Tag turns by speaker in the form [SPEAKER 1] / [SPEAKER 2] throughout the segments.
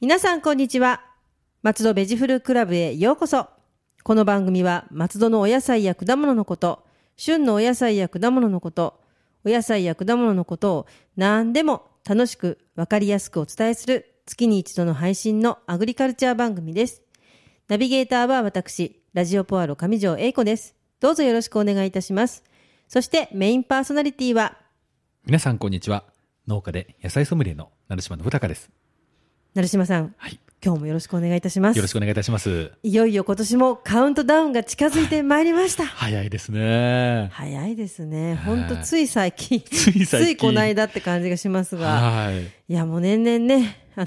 [SPEAKER 1] 皆さんこんにちは松戸ベジフルクラブへようこそこの番組は松戸のお野菜や果物のこと旬のお野菜や果物のことお野菜や果物のことを何でも楽しくわかりやすくお伝えする月に一度の配信のアグリカルチャー番組ですナビゲーターは私ラジオポアロ上条英子ですどうぞよろしくお願いいたしますそしてメインパーソナリティは
[SPEAKER 2] 皆さんこんにちは農家で野菜ソムリエの成島信孝です
[SPEAKER 1] 成島さん
[SPEAKER 2] はい
[SPEAKER 1] 今日もよろしくお願いいたします
[SPEAKER 2] よろしくお願いいたします
[SPEAKER 1] いよいよ今年もカウントダウンが近づいてまいりました。
[SPEAKER 2] 早いですね
[SPEAKER 1] 早いですね。
[SPEAKER 2] はい
[SPEAKER 1] ほんとつい最近。
[SPEAKER 2] つい最近
[SPEAKER 1] ついこの間って感じがしますが。
[SPEAKER 2] はい
[SPEAKER 1] いや、もう年々ね、 あの、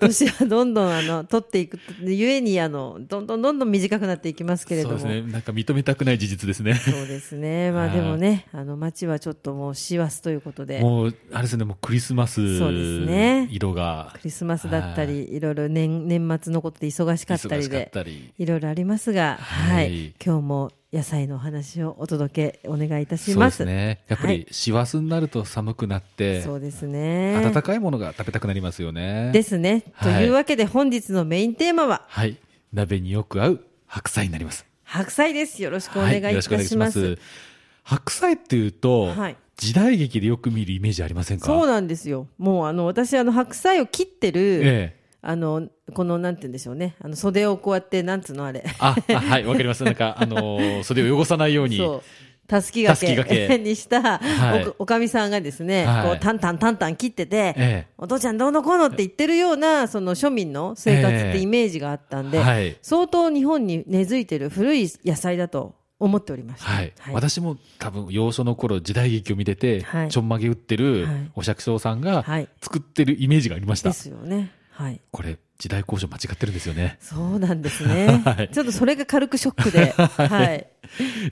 [SPEAKER 1] 年はどんどんあの、取っていく、ゆえにあの、どんどんどんどん短くなっていきますけれど
[SPEAKER 2] そう
[SPEAKER 1] も。
[SPEAKER 2] ですねなんか認めたくない事実ですね
[SPEAKER 1] そうですね。 まあ
[SPEAKER 2] はい
[SPEAKER 1] でもね、あの、街はちょっともう師走ということで。
[SPEAKER 2] もうあれですねもうクリスマス
[SPEAKER 1] そうですね
[SPEAKER 2] 色が
[SPEAKER 1] クリスマスだったり、いろいろ年、年末のことで忙しかった
[SPEAKER 2] 忙
[SPEAKER 1] り
[SPEAKER 2] しか
[SPEAKER 1] で
[SPEAKER 2] っ。たり
[SPEAKER 1] いろいろありますが、は、
[SPEAKER 2] はいい
[SPEAKER 1] 今日も野菜のお話をお届けお願いいたし
[SPEAKER 2] そう
[SPEAKER 1] ま。
[SPEAKER 2] ですすねやっぱ
[SPEAKER 1] はい
[SPEAKER 2] り師走になると寒くなって
[SPEAKER 1] そうですね。
[SPEAKER 2] 暖かいものが食べたくなりますよね
[SPEAKER 1] ですね。と
[SPEAKER 2] はい
[SPEAKER 1] いうわけで本日のメインテーマは
[SPEAKER 2] はい鍋によく合う白菜になります
[SPEAKER 1] 白菜です。よろしくお願いい
[SPEAKER 2] は
[SPEAKER 1] たします。
[SPEAKER 2] よろくお願いし白菜っていうと、
[SPEAKER 1] はい
[SPEAKER 2] 時代劇でよく見るイメージありませんか
[SPEAKER 1] そう
[SPEAKER 2] う
[SPEAKER 1] なんですよ。もうあの私あの白菜を切ってる、
[SPEAKER 2] ええ
[SPEAKER 1] あのこのなんて言うんでしょうね。あの袖をこうやってなんつうのあれ。
[SPEAKER 2] ああはいわかりますなんかあの ーそれを汚さないように
[SPEAKER 1] そう。たすきがけ
[SPEAKER 2] たすきが け
[SPEAKER 1] にした
[SPEAKER 2] はい
[SPEAKER 1] おおかみさんがですね、
[SPEAKER 2] はい
[SPEAKER 1] こうタンタンタンタン切ってて、
[SPEAKER 2] ええ
[SPEAKER 1] お父ちゃんどうのこうのって言ってるようなその庶民の生活っ
[SPEAKER 2] え
[SPEAKER 1] て
[SPEAKER 2] え
[SPEAKER 1] イメージがあったんで、
[SPEAKER 2] はい
[SPEAKER 1] 相当日本に根付いてる古い野菜だと思っておりました、
[SPEAKER 2] はい、私も多分幼少の頃時代劇を見てて、
[SPEAKER 1] はい
[SPEAKER 2] ちょんまげ打ってる
[SPEAKER 1] はい
[SPEAKER 2] お釈迦さんが
[SPEAKER 1] はい
[SPEAKER 2] 作ってるイメージがありました、
[SPEAKER 1] ですよねはい
[SPEAKER 2] これ時代交渉間違ってるんですよね
[SPEAKER 1] そうなんですね、
[SPEAKER 2] はい
[SPEAKER 1] ちょっとそれが軽くショック ではい、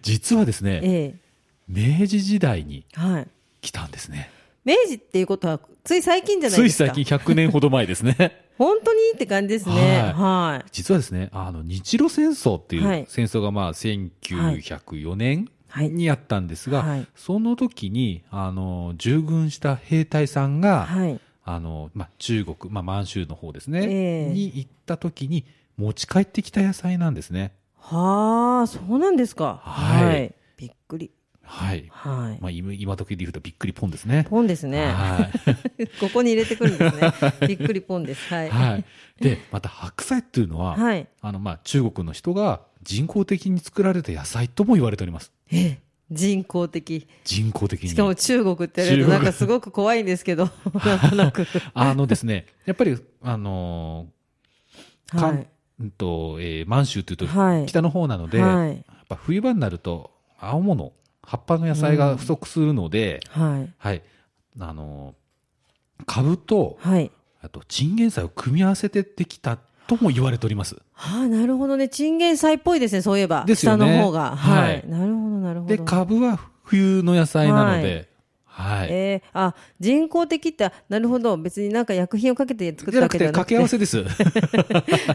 [SPEAKER 2] 実はですね
[SPEAKER 1] ええ
[SPEAKER 2] 明治時代に
[SPEAKER 1] はい
[SPEAKER 2] 来たんですね
[SPEAKER 1] 明治っていうことはつい最近じゃない
[SPEAKER 2] つ
[SPEAKER 1] で
[SPEAKER 2] い
[SPEAKER 1] すか
[SPEAKER 2] 最近100年ほど前ですね
[SPEAKER 1] 本当にって感じですね
[SPEAKER 2] はい
[SPEAKER 1] はい、
[SPEAKER 2] 実はですねあの日露戦争って
[SPEAKER 1] はいいう
[SPEAKER 2] 戦争がまあ1904年
[SPEAKER 1] はい
[SPEAKER 2] にあったんですが、
[SPEAKER 1] はい
[SPEAKER 2] その時にあの従軍した兵隊さんが、
[SPEAKER 1] はい
[SPEAKER 2] あのまあ、中国、まあ、満州の方ですね、
[SPEAKER 1] ええ
[SPEAKER 2] に行った時に持ち帰ってきた野菜なんですね。
[SPEAKER 1] はあ、そうなんですか。は。
[SPEAKER 2] はいい
[SPEAKER 1] びっくり。
[SPEAKER 2] はい
[SPEAKER 1] はい。
[SPEAKER 2] まあ、今今時で言うとびっくりポンですね。
[SPEAKER 1] ポンですね。
[SPEAKER 2] は
[SPEAKER 1] ここに入れてくるん ですね。びっくりポンです。はい い。
[SPEAKER 2] はい、でまた白菜っていうのは、
[SPEAKER 1] はい。
[SPEAKER 2] あのまあ、中国の人が人工的に作られた野菜とも言われております
[SPEAKER 1] え、人工的。
[SPEAKER 2] 人工的に
[SPEAKER 1] しかも中国ってやると
[SPEAKER 2] 中
[SPEAKER 1] なん
[SPEAKER 2] 国
[SPEAKER 1] かすごく怖いんですけ ど、なんとなく。
[SPEAKER 2] あのですね、やっぱり、あのーかん
[SPEAKER 1] はい。
[SPEAKER 2] うんとえー満州というと
[SPEAKER 1] はい。
[SPEAKER 2] 北の方なので、
[SPEAKER 1] は
[SPEAKER 2] や
[SPEAKER 1] い。
[SPEAKER 2] っぱ冬場になると青物、葉っぱの野菜が不足するので、
[SPEAKER 1] はい。
[SPEAKER 2] はい、あのー、株と、
[SPEAKER 1] はい。
[SPEAKER 2] あと、チンゲン菜を組み合わせてできたとも言われております。
[SPEAKER 1] はあ、なるほどね。チンゲン菜っぽいですね、そういえば。
[SPEAKER 2] ですよね
[SPEAKER 1] 下の方が。は
[SPEAKER 2] はい
[SPEAKER 1] い。なるほど、なるほ
[SPEAKER 2] で、
[SPEAKER 1] ど。
[SPEAKER 2] 株は冬の野菜なので、はい。
[SPEAKER 1] えー、あ、人工的って、あなるほど。別になんか薬品をかけて作っ
[SPEAKER 2] じ
[SPEAKER 1] た
[SPEAKER 2] ゃ
[SPEAKER 1] わ
[SPEAKER 2] な
[SPEAKER 1] け
[SPEAKER 2] く
[SPEAKER 1] では
[SPEAKER 2] て、
[SPEAKER 1] な
[SPEAKER 2] 掛
[SPEAKER 1] くて
[SPEAKER 2] け合わせで す。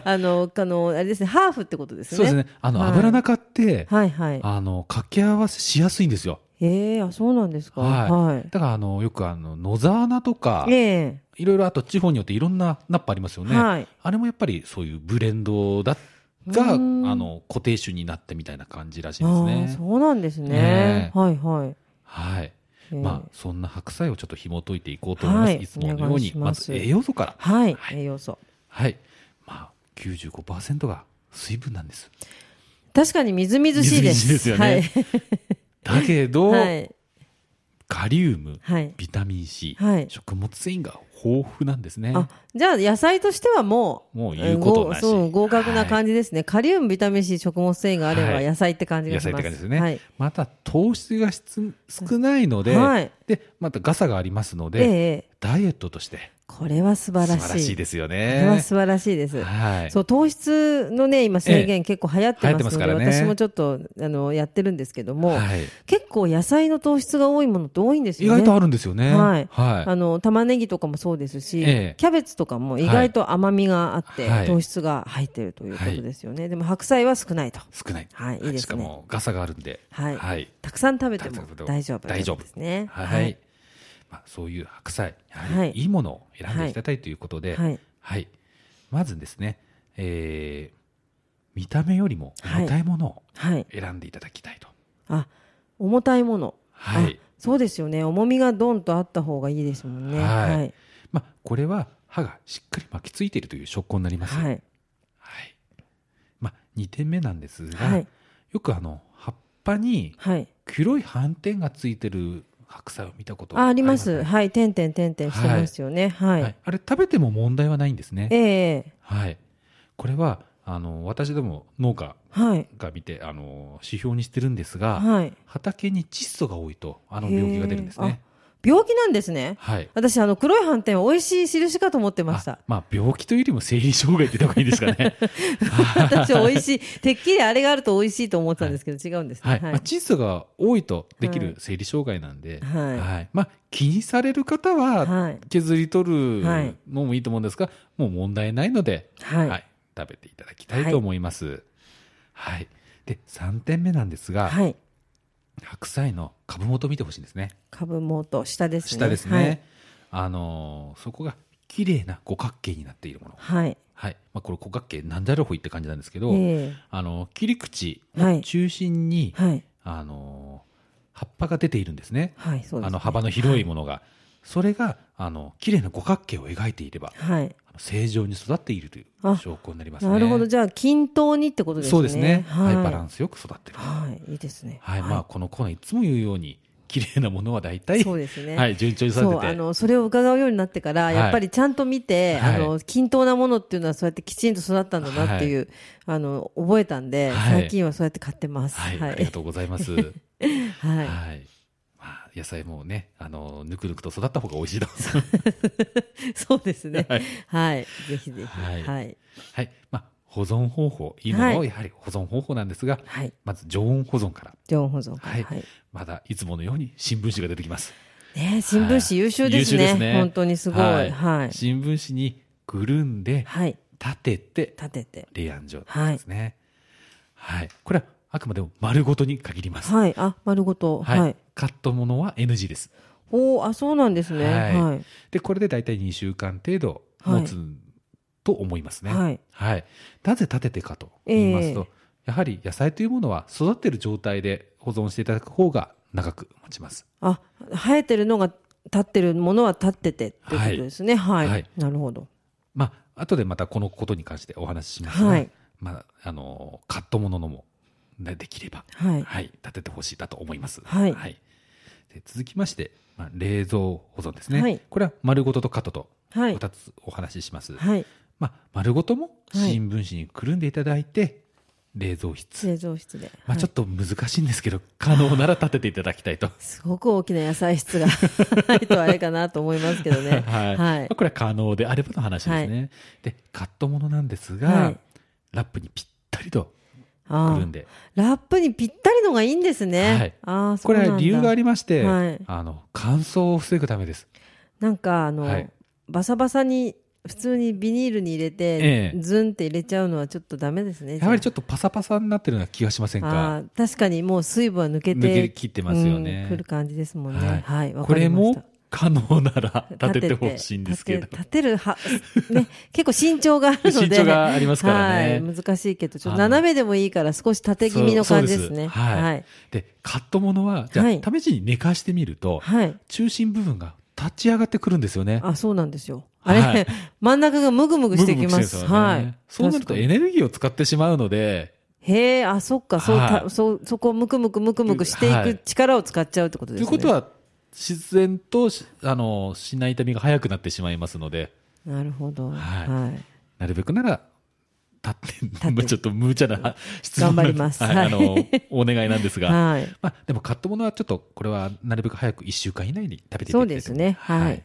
[SPEAKER 1] あの、あの、あれですね、ハーフってことですね。
[SPEAKER 2] そうですね。あの、
[SPEAKER 1] はい
[SPEAKER 2] 油中って、
[SPEAKER 1] はいはい。
[SPEAKER 2] あの、掛け合わせしやすいんですよ。
[SPEAKER 1] ええあ、そうなんですか。
[SPEAKER 2] はい
[SPEAKER 1] は
[SPEAKER 2] だから、あの、よくあの、野沢菜とか
[SPEAKER 1] い。、え
[SPEAKER 2] いろいろあと地方によっていろんなナッパありますよ
[SPEAKER 1] え
[SPEAKER 2] ね。
[SPEAKER 1] はい。
[SPEAKER 2] あれもやっぱりそういうブレンドだが、あ
[SPEAKER 1] うん
[SPEAKER 2] の、固定種になってみたいな感じらしい
[SPEAKER 1] あ
[SPEAKER 2] です
[SPEAKER 1] あ、
[SPEAKER 2] ね。
[SPEAKER 1] そうなんですね
[SPEAKER 2] ね。え
[SPEAKER 1] はいはい。
[SPEAKER 2] はい。
[SPEAKER 1] ええ
[SPEAKER 2] まあ、そんな白菜をちょっと紐解いていこうと思います。
[SPEAKER 1] はい
[SPEAKER 2] い、つものように、
[SPEAKER 1] お願い
[SPEAKER 2] ま
[SPEAKER 1] します
[SPEAKER 2] ず栄養素から。
[SPEAKER 1] はい
[SPEAKER 2] は。い
[SPEAKER 1] 栄養素。
[SPEAKER 2] はい。まあ、95%が水分なんです。
[SPEAKER 1] 確かにみずみずしいです。
[SPEAKER 2] みずみずしいですよねだけど、
[SPEAKER 1] はい。はい。
[SPEAKER 2] カリウム、
[SPEAKER 1] はい。
[SPEAKER 2] ビタミン C、
[SPEAKER 1] はい
[SPEAKER 2] 食物繊維が豊富なんですね。
[SPEAKER 1] あ、じゃあ野菜としてはもう、
[SPEAKER 2] もう言うことなし
[SPEAKER 1] んごそう、合格な感じですね。カリウム、ビタミン C、食物繊維があれば
[SPEAKER 2] はい
[SPEAKER 1] 野菜って感じが
[SPEAKER 2] 野
[SPEAKER 1] し
[SPEAKER 2] 菜っ
[SPEAKER 1] ます。
[SPEAKER 2] て感じですね、
[SPEAKER 1] はい。
[SPEAKER 2] また糖質がしつ少ないので,、
[SPEAKER 1] はい
[SPEAKER 2] でまたガサがありますので、
[SPEAKER 1] ええ
[SPEAKER 2] ダイエットとして
[SPEAKER 1] これは素晴らしい。
[SPEAKER 2] ですよ
[SPEAKER 1] これは
[SPEAKER 2] ね。
[SPEAKER 1] 素晴らしいです。
[SPEAKER 2] はい。
[SPEAKER 1] そう糖質のね今制限結構流行って
[SPEAKER 2] 流行
[SPEAKER 1] ま
[SPEAKER 2] ってますす
[SPEAKER 1] の
[SPEAKER 2] か
[SPEAKER 1] で、
[SPEAKER 2] らね
[SPEAKER 1] 私もちょっとあのやってるんですけども、
[SPEAKER 2] はい。
[SPEAKER 1] 結構野菜の糖質が多いものって多いんです
[SPEAKER 2] 意
[SPEAKER 1] よね。
[SPEAKER 2] 外とあるんですよね。
[SPEAKER 1] はい
[SPEAKER 2] は
[SPEAKER 1] あの玉ねぎとかもそうですし、
[SPEAKER 2] ええ
[SPEAKER 1] キャベツとかも意外と甘みがあって、
[SPEAKER 2] はい
[SPEAKER 1] 糖質が入ってるということですよね、でも白菜は少ないと、
[SPEAKER 2] い。少ない。
[SPEAKER 1] はい、いいで
[SPEAKER 2] し
[SPEAKER 1] す
[SPEAKER 2] か
[SPEAKER 1] ね
[SPEAKER 2] もガサがあるんで。
[SPEAKER 1] はい
[SPEAKER 2] はい。
[SPEAKER 1] たくさん食べても
[SPEAKER 2] たくさん食べても
[SPEAKER 1] 大丈夫
[SPEAKER 2] 大丈夫
[SPEAKER 1] ですね
[SPEAKER 2] はい。まあ、そういう白菜、やは
[SPEAKER 1] はい
[SPEAKER 2] りいいものを選んでいただきたいということで、
[SPEAKER 1] は
[SPEAKER 2] はい。
[SPEAKER 1] い
[SPEAKER 2] まずですね、えー、見た目よりも重たいものを
[SPEAKER 1] はい
[SPEAKER 2] 選んでいただきたいと。
[SPEAKER 1] あ重たいもの、
[SPEAKER 2] はい。
[SPEAKER 1] あそうですよね重みがドンとあった方がいいですもんね
[SPEAKER 2] はい
[SPEAKER 1] はい
[SPEAKER 2] まあ、これは歯がしっかり巻きついているという証拠になります。
[SPEAKER 1] は
[SPEAKER 2] はい。
[SPEAKER 1] い
[SPEAKER 2] まあ、2点目なんですが、
[SPEAKER 1] はい
[SPEAKER 2] よくあの、葉っぱに
[SPEAKER 1] はい
[SPEAKER 2] 黒い斑点がついてる白菜を見たこと
[SPEAKER 1] ああります
[SPEAKER 2] はい
[SPEAKER 1] はい点々点々してますよねはい、
[SPEAKER 2] はいあれ食べても問題はないんですね。
[SPEAKER 1] ええ
[SPEAKER 2] はい。これは、あの、私ども農家
[SPEAKER 1] はい
[SPEAKER 2] が見て、あの、指標にしてるんですが、
[SPEAKER 1] はい
[SPEAKER 2] 畑に窒素が多いと、あの病気が出るんですね。
[SPEAKER 1] 病気なんですね
[SPEAKER 2] はい。
[SPEAKER 1] 私あの黒い斑点は美味しい印かと思ってました
[SPEAKER 2] あまあ、病気というよりも生理障害って言った方がいいんですかね。
[SPEAKER 1] 私は美味しいてっきりあれがあると美味しいと思ってたんですけど、違うんですね
[SPEAKER 2] はい。
[SPEAKER 1] は
[SPEAKER 2] ま
[SPEAKER 1] い
[SPEAKER 2] あ、窒素が多いとでき
[SPEAKER 1] はい
[SPEAKER 2] る生理障害なんで、
[SPEAKER 1] はい
[SPEAKER 2] まあ、気にされる方は、
[SPEAKER 1] はい
[SPEAKER 2] 削り取
[SPEAKER 1] はい
[SPEAKER 2] るのもいいと思うんですが、もう問題ないので、
[SPEAKER 1] はい
[SPEAKER 2] はい食べていただきたいと思います。はい。で、3点目なんですが、
[SPEAKER 1] はい
[SPEAKER 2] 白菜の株元見てほしいんですね。
[SPEAKER 1] 株元下ですね
[SPEAKER 2] 下ですね。あのーそこが綺麗な五角形になっているもの。
[SPEAKER 1] はい、はい
[SPEAKER 2] はい。まあ、これ五角形なんじゃろほいって感じなんですけど、
[SPEAKER 1] え
[SPEAKER 2] あのー切り口
[SPEAKER 1] えはい
[SPEAKER 2] 中心に、
[SPEAKER 1] はい
[SPEAKER 2] あのー葉っぱが出ているんですね。
[SPEAKER 1] はいそうです、ね、
[SPEAKER 2] あの幅の広いものが、それがあの綺麗な五角形を描いていれば
[SPEAKER 1] はい
[SPEAKER 2] あの正常に育っているとい
[SPEAKER 1] あ
[SPEAKER 2] う証拠になりますね。
[SPEAKER 1] なるほどじゃあ均等にってことですね
[SPEAKER 2] そうですね、
[SPEAKER 1] は、
[SPEAKER 2] はいいバランスよく育ってる。はい、
[SPEAKER 1] はいいいですね
[SPEAKER 2] まあこのコーナーいつも言うように綺麗なものは大体、
[SPEAKER 1] そうですね
[SPEAKER 2] はい順調に育
[SPEAKER 1] そう
[SPEAKER 2] て
[SPEAKER 1] あ
[SPEAKER 2] て。
[SPEAKER 1] のそれを伺うようになってから、
[SPEAKER 2] はい
[SPEAKER 1] やっぱりちゃんと見て、
[SPEAKER 2] はい
[SPEAKER 1] あの均等なものっていうのはそうやってきちんと育ったんだなっていう、あの覚えたんで、
[SPEAKER 2] はい
[SPEAKER 1] 最近はそうやって買ってます。
[SPEAKER 2] は い、
[SPEAKER 1] は
[SPEAKER 2] あり
[SPEAKER 1] い
[SPEAKER 2] がとうございます。はい、
[SPEAKER 1] はい
[SPEAKER 2] まあ野菜もね、あのぬくぬくと育った方が美味しいと思います。
[SPEAKER 1] そうですね。は
[SPEAKER 2] はいい、
[SPEAKER 1] ぜひぜひ、は、
[SPEAKER 2] はいい
[SPEAKER 1] はい、
[SPEAKER 2] はい、まあ保存方法、いいもの
[SPEAKER 1] は
[SPEAKER 2] を
[SPEAKER 1] い
[SPEAKER 2] やはり保存方法なんですが、まず常温保存から、
[SPEAKER 1] 常温保存から、は、
[SPEAKER 2] はいいまだいつものように新聞紙が出てきます。
[SPEAKER 1] ねえ、新聞紙優秀ですね。
[SPEAKER 2] 優秀ですね
[SPEAKER 1] 本当にすごい、は、
[SPEAKER 2] はいい
[SPEAKER 1] はい、
[SPEAKER 2] 新聞紙にくるんで立てて
[SPEAKER 1] 立てて、
[SPEAKER 2] 冷暗状態ですね、はいこれはあくまでも丸ごとに限ります、
[SPEAKER 1] はい、あ、丸ごと、は、
[SPEAKER 2] はいいカットものは NG です
[SPEAKER 1] おお、あ、そうなんですね。
[SPEAKER 2] はい
[SPEAKER 1] はい、
[SPEAKER 2] でこれで大体2週間程度
[SPEAKER 1] はい
[SPEAKER 2] 持つと思いますね、
[SPEAKER 1] はい、
[SPEAKER 2] はいなぜ立ててかと言いますと、
[SPEAKER 1] え
[SPEAKER 2] やはり野菜というものは育ってる状態で保存していただく方が長く持ちます
[SPEAKER 1] あ、生えてるのが立ってるものは立っててっていうことですね。はい、
[SPEAKER 2] はい
[SPEAKER 1] なるほど。
[SPEAKER 2] まあ後でまたこのことに関してお話ししますが、
[SPEAKER 1] はい
[SPEAKER 2] まあ、あのカットもののもねできれば
[SPEAKER 1] はい、
[SPEAKER 2] はい、立ててほしいだと思います。
[SPEAKER 1] はい
[SPEAKER 2] で続きまして、まあ、冷蔵保存ですね、
[SPEAKER 1] はい
[SPEAKER 2] これは丸ごととカットと
[SPEAKER 1] はい、
[SPEAKER 2] 2つお話しします。
[SPEAKER 1] はい、
[SPEAKER 2] まあ、丸ごとも
[SPEAKER 1] はい
[SPEAKER 2] 新聞紙にくるんでいただいて、冷蔵室、
[SPEAKER 1] 製造室で。
[SPEAKER 2] まあ、ちょっ
[SPEAKER 1] と
[SPEAKER 2] と難しいんですけど、可能なら立てていただきたい と。
[SPEAKER 1] すごく大きな野菜室が ないとあれかなと思いますけどね。
[SPEAKER 2] はい
[SPEAKER 1] は
[SPEAKER 2] ま
[SPEAKER 1] い
[SPEAKER 2] あ、これは可能であればの話ですね。で、カットものなんですが、
[SPEAKER 1] はい
[SPEAKER 2] ラップにぴったりとく
[SPEAKER 1] あ
[SPEAKER 2] るん
[SPEAKER 1] ー
[SPEAKER 2] で、
[SPEAKER 1] ラップにぴったりのがいいんですね。
[SPEAKER 2] はい
[SPEAKER 1] ああ、そ
[SPEAKER 2] こ
[SPEAKER 1] うなんだ
[SPEAKER 2] れは理由がありまして、
[SPEAKER 1] はい
[SPEAKER 2] あの乾燥を防ぐためです。
[SPEAKER 1] なんかあの、
[SPEAKER 2] はい
[SPEAKER 1] バサバサに普通にビニールに入れて、
[SPEAKER 2] ええ
[SPEAKER 1] ズンって入れちゃうのはちょっとダメですね。
[SPEAKER 2] やはりち
[SPEAKER 1] ょっ
[SPEAKER 2] ょっとパサパサになってるような気がしませんか
[SPEAKER 1] あー確かにもう水分は抜けて
[SPEAKER 2] 抜け切ってますよ
[SPEAKER 1] う
[SPEAKER 2] ね
[SPEAKER 1] ん。くる感じですもんね。
[SPEAKER 2] はい
[SPEAKER 1] はい、わ
[SPEAKER 2] こ
[SPEAKER 1] かり
[SPEAKER 2] れ
[SPEAKER 1] ました
[SPEAKER 2] も可能なら立ててほしいんですけど
[SPEAKER 1] 立て。立てるは、 ね、結構身長があるので。
[SPEAKER 2] 身 長がありますからね
[SPEAKER 1] はい、難しいけど、ちょっと斜めでもいいから少し縦気味の感じですね。
[SPEAKER 2] そうそうですはい
[SPEAKER 1] はい。
[SPEAKER 2] で、カットものは、じゃあ、
[SPEAKER 1] はい
[SPEAKER 2] 試しに寝かしてみると、
[SPEAKER 1] はい
[SPEAKER 2] 中心部分が立ち上がってくるんですよね。
[SPEAKER 1] あ、そうなんですよ。あれ、
[SPEAKER 2] はい
[SPEAKER 1] 真ん中がムグムグしてき
[SPEAKER 2] ムクム
[SPEAKER 1] ま
[SPEAKER 2] クし
[SPEAKER 1] す。
[SPEAKER 2] てるんですよね
[SPEAKER 1] はい。
[SPEAKER 2] そうなるとエネルギーを使ってしまうので、
[SPEAKER 1] へえ、あ、そっか、そう、
[SPEAKER 2] はい
[SPEAKER 1] たそうそこをムクムクムクムクして
[SPEAKER 2] はいい
[SPEAKER 1] く力を使っちゃうってこと
[SPEAKER 2] と
[SPEAKER 1] で
[SPEAKER 2] い
[SPEAKER 1] す
[SPEAKER 2] う
[SPEAKER 1] ね。
[SPEAKER 2] ことは、自然とし、あの、しない痛みが早くなってしまいますので、
[SPEAKER 1] なるほど。
[SPEAKER 2] はい
[SPEAKER 1] はい。
[SPEAKER 2] なるべくなら、立って、
[SPEAKER 1] 立って
[SPEAKER 2] ちょっと無茶な質問な
[SPEAKER 1] 頑張
[SPEAKER 2] んで
[SPEAKER 1] ります
[SPEAKER 2] はい、
[SPEAKER 1] はい
[SPEAKER 2] あの、お願いなんですが、
[SPEAKER 1] はい。
[SPEAKER 2] まあ、でも買ったものはちょっとこれはなるべく早く1週間以内に食べていただきたい
[SPEAKER 1] そうですね
[SPEAKER 2] と思います
[SPEAKER 1] はい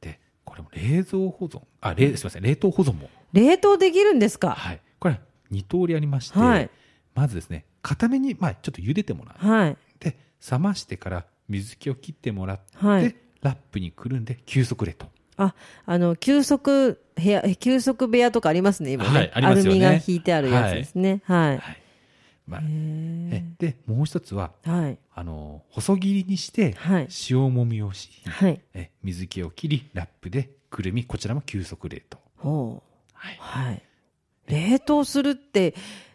[SPEAKER 2] でこれも冷蔵保存あ冷すみません冷凍保存も
[SPEAKER 1] 冷凍できるんですか
[SPEAKER 2] はいこれ二通りありまして、
[SPEAKER 1] はい
[SPEAKER 2] まずですね固めにまあちょっと茹でてもらっ
[SPEAKER 1] はい
[SPEAKER 2] て冷ましてから水気を切ってもらって、
[SPEAKER 1] はい
[SPEAKER 2] ラップにくるんで急速冷凍
[SPEAKER 1] ああの休息部屋え休息部屋とかありますね今ね、
[SPEAKER 2] はいありますよね
[SPEAKER 1] アルミが引いてあるやつですねはい
[SPEAKER 2] はい、まあ
[SPEAKER 1] へ、
[SPEAKER 2] え
[SPEAKER 1] ー
[SPEAKER 2] でもう一つは
[SPEAKER 1] はい
[SPEAKER 2] あの細切りにして
[SPEAKER 1] はい
[SPEAKER 2] 塩もみをし、
[SPEAKER 1] はい
[SPEAKER 2] え水気を切りラップでくるみこちらも急速冷凍、
[SPEAKER 1] ほう
[SPEAKER 2] はい、
[SPEAKER 1] はい冷凍するって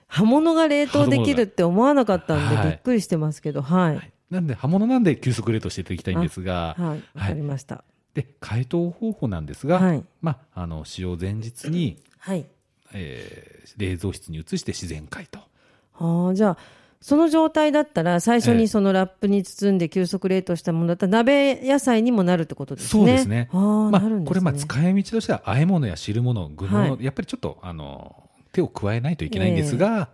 [SPEAKER 1] 刃物が冷凍できるって思わなかったんで、
[SPEAKER 2] はい
[SPEAKER 1] びっくりしてますけどはいはい
[SPEAKER 2] なんで刃物なんで急速冷凍していただきたいんですが、
[SPEAKER 1] わ、かりました
[SPEAKER 2] で解凍方法なんですが、
[SPEAKER 1] はい
[SPEAKER 2] まあ、あの使用前日に、
[SPEAKER 1] はい
[SPEAKER 2] えー冷蔵室に移して自然解凍
[SPEAKER 1] ああじゃあその状態だったら最初
[SPEAKER 2] え
[SPEAKER 1] に
[SPEAKER 2] え
[SPEAKER 1] そのラップに包んで急速冷凍したものだったら鍋野菜にもなるってことですね。
[SPEAKER 2] そうですね
[SPEAKER 1] ああ、
[SPEAKER 2] まあ、
[SPEAKER 1] なるんですね。
[SPEAKER 2] これまあ使い道としては和え物や汁物具物、
[SPEAKER 1] はい
[SPEAKER 2] やっぱりちょっとあの手を加えないといけないんですが、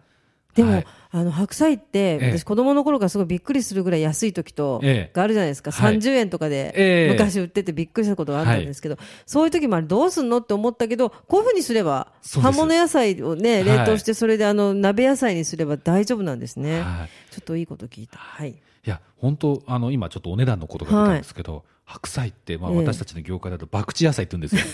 [SPEAKER 1] でも、
[SPEAKER 2] はい
[SPEAKER 1] あの白菜って、
[SPEAKER 2] ええ
[SPEAKER 1] 私子供の頃からすごいびっくりするぐらい安い時と、
[SPEAKER 2] ええ
[SPEAKER 1] があるじゃないですか。
[SPEAKER 2] はい
[SPEAKER 1] 30円とか
[SPEAKER 2] え
[SPEAKER 1] で
[SPEAKER 2] え
[SPEAKER 1] 昔売っててびっくりしたことがあったんですけど、そういう時もあれどうすんのって思ったけど、こういうふうにすれば、
[SPEAKER 2] そうで
[SPEAKER 1] 葉
[SPEAKER 2] す
[SPEAKER 1] 物野菜をね、
[SPEAKER 2] はい
[SPEAKER 1] 冷凍してそれであの鍋野菜にすれば大丈夫なんですね。
[SPEAKER 2] はい、
[SPEAKER 1] ちょっといいこと聞いた。はい。
[SPEAKER 2] いや本当あの今ちょっとお値段のことが出たんですけど、白菜って、まあ、
[SPEAKER 1] ええ
[SPEAKER 2] 私たちの業界だと博打野菜って言うんですよ、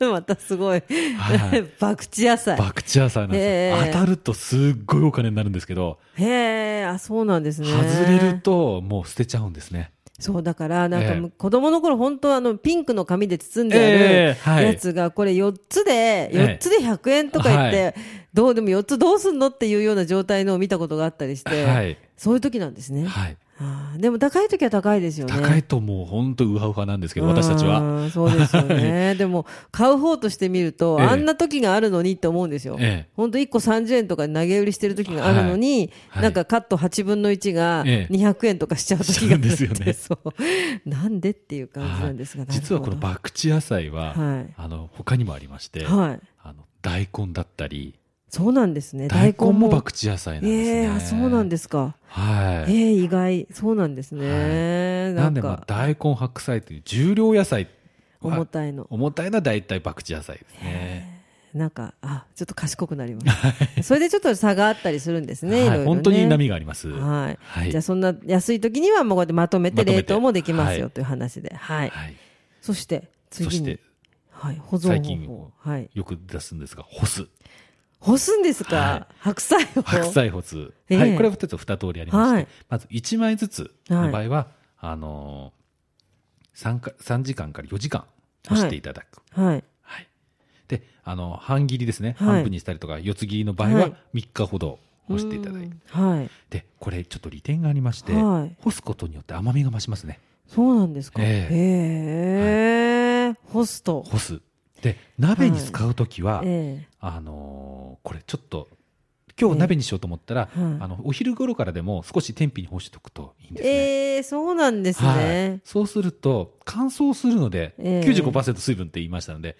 [SPEAKER 1] またすごい、
[SPEAKER 2] は
[SPEAKER 1] 博打野菜。
[SPEAKER 2] 博打野菜なんですよ、
[SPEAKER 1] ええ
[SPEAKER 2] 当たるとすっごいお金になるんですけど
[SPEAKER 1] へえ、あ、そうなんですね。
[SPEAKER 2] 外れる。ともう捨てちゃうんですね
[SPEAKER 1] そう、だから、なんか、
[SPEAKER 2] ええ
[SPEAKER 1] 子供の頃、本当、あの、ピンクの紙で包んで
[SPEAKER 2] ええ
[SPEAKER 1] あ
[SPEAKER 2] は
[SPEAKER 1] る
[SPEAKER 2] い
[SPEAKER 1] やつが、これ4つで、
[SPEAKER 2] ええ
[SPEAKER 1] 4つで100円とか言って、
[SPEAKER 2] は
[SPEAKER 1] どう、でも4つどうすんのっていうような状態のを見たことがあったりして、
[SPEAKER 2] はい
[SPEAKER 1] そういう時なんですね。
[SPEAKER 2] はい
[SPEAKER 1] あーでも、高い時は高いですよね。
[SPEAKER 2] 高いともう本当ウハウハなんですけど私たちは
[SPEAKER 1] うん。そうですよ ね。でも、買う方として見ると、
[SPEAKER 2] ええ
[SPEAKER 1] あんな時があるのにって思うんですよ。
[SPEAKER 2] ええ
[SPEAKER 1] 本当1個30円とかで投げ売りしてる時があるのに、
[SPEAKER 2] はいはい
[SPEAKER 1] なんかカット8分の1が
[SPEAKER 2] ええ
[SPEAKER 1] 200円とかしちゃう時がある
[SPEAKER 2] しちゃうんですよね
[SPEAKER 1] そうなんでっていう感じなんですが、
[SPEAKER 2] はい実はこの
[SPEAKER 1] 場
[SPEAKER 2] 博打野菜は、
[SPEAKER 1] はい
[SPEAKER 2] あの他にもありまして、
[SPEAKER 1] はい
[SPEAKER 2] あの大根だったり
[SPEAKER 1] そうなんですね
[SPEAKER 2] 大根も博打野菜なんですね、
[SPEAKER 1] ええあそうなんですか、
[SPEAKER 2] はい、
[SPEAKER 1] ええ意外そうなんですね、な
[SPEAKER 2] なん
[SPEAKER 1] ん
[SPEAKER 2] でまあ
[SPEAKER 1] か
[SPEAKER 2] 大根白菜という重量野菜は
[SPEAKER 1] 重たいの
[SPEAKER 2] 重たいのは大体博打野菜ですね
[SPEAKER 1] なんかあちょっと賢くなりますそれでちょっと差があったりするんですね,、いろ
[SPEAKER 2] はい
[SPEAKER 1] ろ
[SPEAKER 2] い、
[SPEAKER 1] ね
[SPEAKER 2] 本当に波があります、
[SPEAKER 1] はい、
[SPEAKER 2] はい
[SPEAKER 1] じゃあそんな安い時にはもうこうやってまとめて
[SPEAKER 2] まとめ
[SPEAKER 1] 冷
[SPEAKER 2] て
[SPEAKER 1] 凍もできます
[SPEAKER 2] は
[SPEAKER 1] よ
[SPEAKER 2] い
[SPEAKER 1] という話で、はい
[SPEAKER 2] はい、
[SPEAKER 1] そして次に
[SPEAKER 2] そして
[SPEAKER 1] はい、保存方法
[SPEAKER 2] 最近
[SPEAKER 1] はい、
[SPEAKER 2] よく出すんですが干す
[SPEAKER 1] 干すんですか、
[SPEAKER 2] は
[SPEAKER 1] 白菜を
[SPEAKER 2] 白菜保通、
[SPEAKER 1] ええ
[SPEAKER 2] はい、これはちょっと2通りありまして、
[SPEAKER 1] はい
[SPEAKER 2] まず1枚ずつの場合は、あのー、3, か3時間から4時間干していただく、
[SPEAKER 1] はい
[SPEAKER 2] はいであの半切りですね、
[SPEAKER 1] はい
[SPEAKER 2] 半分にしたりとか四つ切りの場
[SPEAKER 1] は
[SPEAKER 2] 合はい3日ほど干していただいて、
[SPEAKER 1] うんはい
[SPEAKER 2] でこれちょっと利点がありまして、
[SPEAKER 1] はい
[SPEAKER 2] 干すことによって甘みが増しますね
[SPEAKER 1] そうなんですかへ
[SPEAKER 2] ええ
[SPEAKER 1] え干すと
[SPEAKER 2] 干すで鍋に使う時は、
[SPEAKER 1] え
[SPEAKER 2] あのーこれちょっと今日鍋にしようと思ったら、
[SPEAKER 1] ええはい
[SPEAKER 2] あのお昼頃からでも少し天日に干しておくといいんですね、
[SPEAKER 1] えええそうなんです
[SPEAKER 2] はい
[SPEAKER 1] ね、、
[SPEAKER 2] そうすると乾燥するので、
[SPEAKER 1] ええ
[SPEAKER 2] 95%水分って言いましたので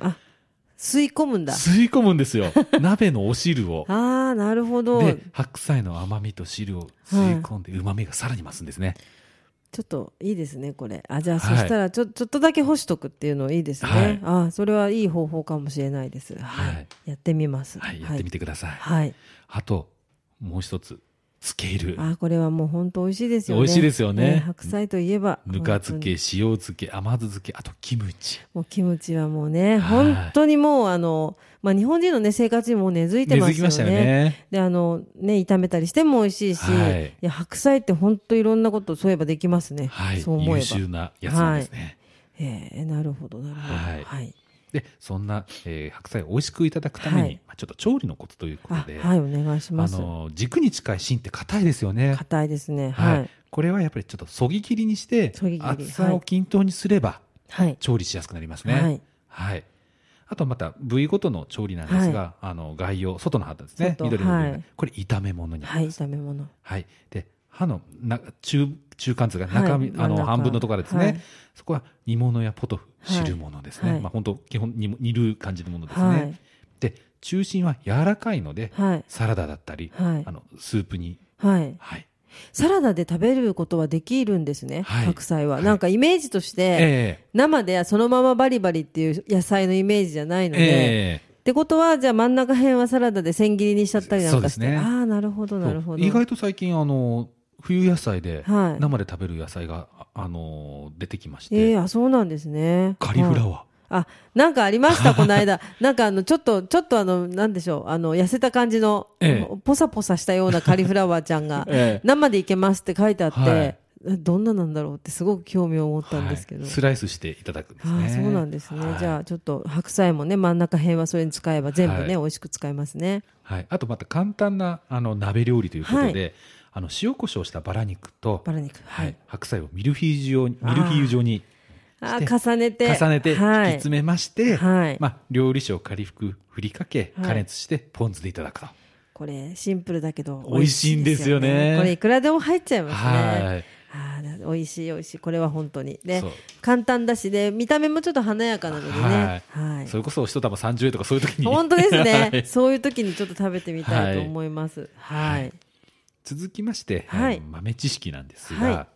[SPEAKER 1] 吸い込むんだ
[SPEAKER 2] 吸い込むんですよ 鍋のお汁を
[SPEAKER 1] ああなるほど
[SPEAKER 2] で白菜の甘みと汁を吸い込んでうまみがさらに増すんですね、
[SPEAKER 1] ちょっといいですねこれあじゃあそ
[SPEAKER 2] はい
[SPEAKER 1] したらちょ,、ちょっとだけ干しとくっていうのいいですね、
[SPEAKER 2] はい
[SPEAKER 1] ああそれはいい方法かもしれないですはい、
[SPEAKER 2] はい
[SPEAKER 1] やってみます
[SPEAKER 2] はいやってみ
[SPEAKER 1] て
[SPEAKER 2] てください、
[SPEAKER 1] はい、
[SPEAKER 2] あともう一つつける
[SPEAKER 1] ああこれはもう本当美味しいですよね
[SPEAKER 2] 美味しいですよね
[SPEAKER 1] ええ白菜といえば
[SPEAKER 2] ぬか漬け塩漬け甘酢漬けあとキムチ
[SPEAKER 1] もうキムチはもうね、
[SPEAKER 2] はい
[SPEAKER 1] 本当にもうあの、まあ、日本人の、ね、生活にもう根付いて
[SPEAKER 2] 根
[SPEAKER 1] ますよね。
[SPEAKER 2] 付きましたよね
[SPEAKER 1] であのね炒めたりしても美味しいし、
[SPEAKER 2] はい
[SPEAKER 1] い、や白菜って本当いろんなことそういえばできますね。
[SPEAKER 2] はい
[SPEAKER 1] そう思え
[SPEAKER 2] 優
[SPEAKER 1] ば。
[SPEAKER 2] 秀なやつなんですね、
[SPEAKER 1] ええなるほどなるほど。
[SPEAKER 2] はい
[SPEAKER 1] はい。
[SPEAKER 2] でそんな、えー白菜を美味しくいただくために、
[SPEAKER 1] はい
[SPEAKER 2] まあ、ちょっと調理のことということ
[SPEAKER 1] あ
[SPEAKER 2] で、
[SPEAKER 1] はいお願いしま
[SPEAKER 2] あ
[SPEAKER 1] す。
[SPEAKER 2] の軸に近い芯って硬いですよね
[SPEAKER 1] 硬いですね。
[SPEAKER 2] は
[SPEAKER 1] はいい
[SPEAKER 2] これはやっぱりちょっとそぎ切りにして
[SPEAKER 1] そぎ切り
[SPEAKER 2] 厚さを均等にすれば、
[SPEAKER 1] はい
[SPEAKER 2] 調理しやすくなりますね
[SPEAKER 1] は
[SPEAKER 2] はいい、あとまた部位ごとの調理なんですが、あの概要外の旗ですね
[SPEAKER 1] 外
[SPEAKER 2] 緑の部分、
[SPEAKER 1] はい
[SPEAKER 2] これ炒め物にな
[SPEAKER 1] は
[SPEAKER 2] り
[SPEAKER 1] い
[SPEAKER 2] ます、
[SPEAKER 1] 炒め物。
[SPEAKER 2] はいで刃のな中中間図が中身、
[SPEAKER 1] はい真
[SPEAKER 2] あ
[SPEAKER 1] ん
[SPEAKER 2] の
[SPEAKER 1] 中
[SPEAKER 2] 半分のところですね、
[SPEAKER 1] はい
[SPEAKER 2] そこは煮物やポトフ
[SPEAKER 1] はい
[SPEAKER 2] 汁物ですね、
[SPEAKER 1] はい
[SPEAKER 2] まあ本当基本煮煮る感じのものですね、
[SPEAKER 1] はい
[SPEAKER 2] で中心は柔らかいので、
[SPEAKER 1] はい
[SPEAKER 2] サラダだったり、
[SPEAKER 1] はい
[SPEAKER 2] あのスープに
[SPEAKER 1] はい。
[SPEAKER 2] はい、
[SPEAKER 1] サラダで食べることはできるんですね、
[SPEAKER 2] はい
[SPEAKER 1] 白菜は、
[SPEAKER 2] はい
[SPEAKER 1] なんかイメージとして、
[SPEAKER 2] え
[SPEAKER 1] 生でそのままバリバリっていう野菜のイメージじゃない
[SPEAKER 2] え
[SPEAKER 1] ので、
[SPEAKER 2] ええ
[SPEAKER 1] ってことはじゃあ真ん中辺はサラダで千切りにしちゃったりなんかして、
[SPEAKER 2] そうですね
[SPEAKER 1] ああなるほどなるほど
[SPEAKER 2] そう意外と最近あの冬野菜で
[SPEAKER 1] はい
[SPEAKER 2] 生で食べる野菜が、ああの出てきまして、
[SPEAKER 1] ええあそうなんですね
[SPEAKER 2] カリフラ
[SPEAKER 1] はい
[SPEAKER 2] ワ
[SPEAKER 1] あなんかありました この間なんかあのちょっとちょっとあのなんでしょうあの痩せた感じの、
[SPEAKER 2] え
[SPEAKER 1] ポサポサしたようなカリフラワーちゃんが
[SPEAKER 2] ー、 え
[SPEAKER 1] 生でいけますって書いてあって、
[SPEAKER 2] はい
[SPEAKER 1] どんななんだろうってすごく興味を持ったんですけど、
[SPEAKER 2] はい、スライスしていただくんです
[SPEAKER 1] あ
[SPEAKER 2] ね
[SPEAKER 1] あそうなんですね、
[SPEAKER 2] はい
[SPEAKER 1] じゃあちょっと白菜もね真ん中辺はそれに使えば全部ね、
[SPEAKER 2] はい
[SPEAKER 1] 美味しく使えますね
[SPEAKER 2] はい、あとまた簡単なあの鍋料理ということで、
[SPEAKER 1] は
[SPEAKER 2] あの塩コショウしたバラ肉と、
[SPEAKER 1] バラ肉
[SPEAKER 2] は
[SPEAKER 1] はいい、
[SPEAKER 2] 白菜をミルフィージュ状にミルフィーユ状に
[SPEAKER 1] あ
[SPEAKER 2] して
[SPEAKER 1] あ重ねて
[SPEAKER 2] 重ねて引き
[SPEAKER 1] はい
[SPEAKER 2] 詰めまして、
[SPEAKER 1] はい
[SPEAKER 2] まあ、料理酒を仮服ふりかけ
[SPEAKER 1] はい
[SPEAKER 2] 加熱してポン酢でいただくと、
[SPEAKER 1] これシンプルだけど
[SPEAKER 2] 美味しいんですよね
[SPEAKER 1] 美味しいですよこれいくらでも入っちゃいますね、
[SPEAKER 2] はい
[SPEAKER 1] ああ美味しい美味しいこれは本当にで
[SPEAKER 2] そう
[SPEAKER 1] 簡単だしで見た目もちょっと華やかなのでねはい、
[SPEAKER 2] それこそ一玉30円とかそういう時に
[SPEAKER 1] 本当ですね、
[SPEAKER 2] はい
[SPEAKER 1] そういう時にちょっと食べてみたいと思います
[SPEAKER 2] はい
[SPEAKER 1] はい
[SPEAKER 2] 続きまして、
[SPEAKER 1] はい
[SPEAKER 2] あの豆知識なんですが、は
[SPEAKER 1] はい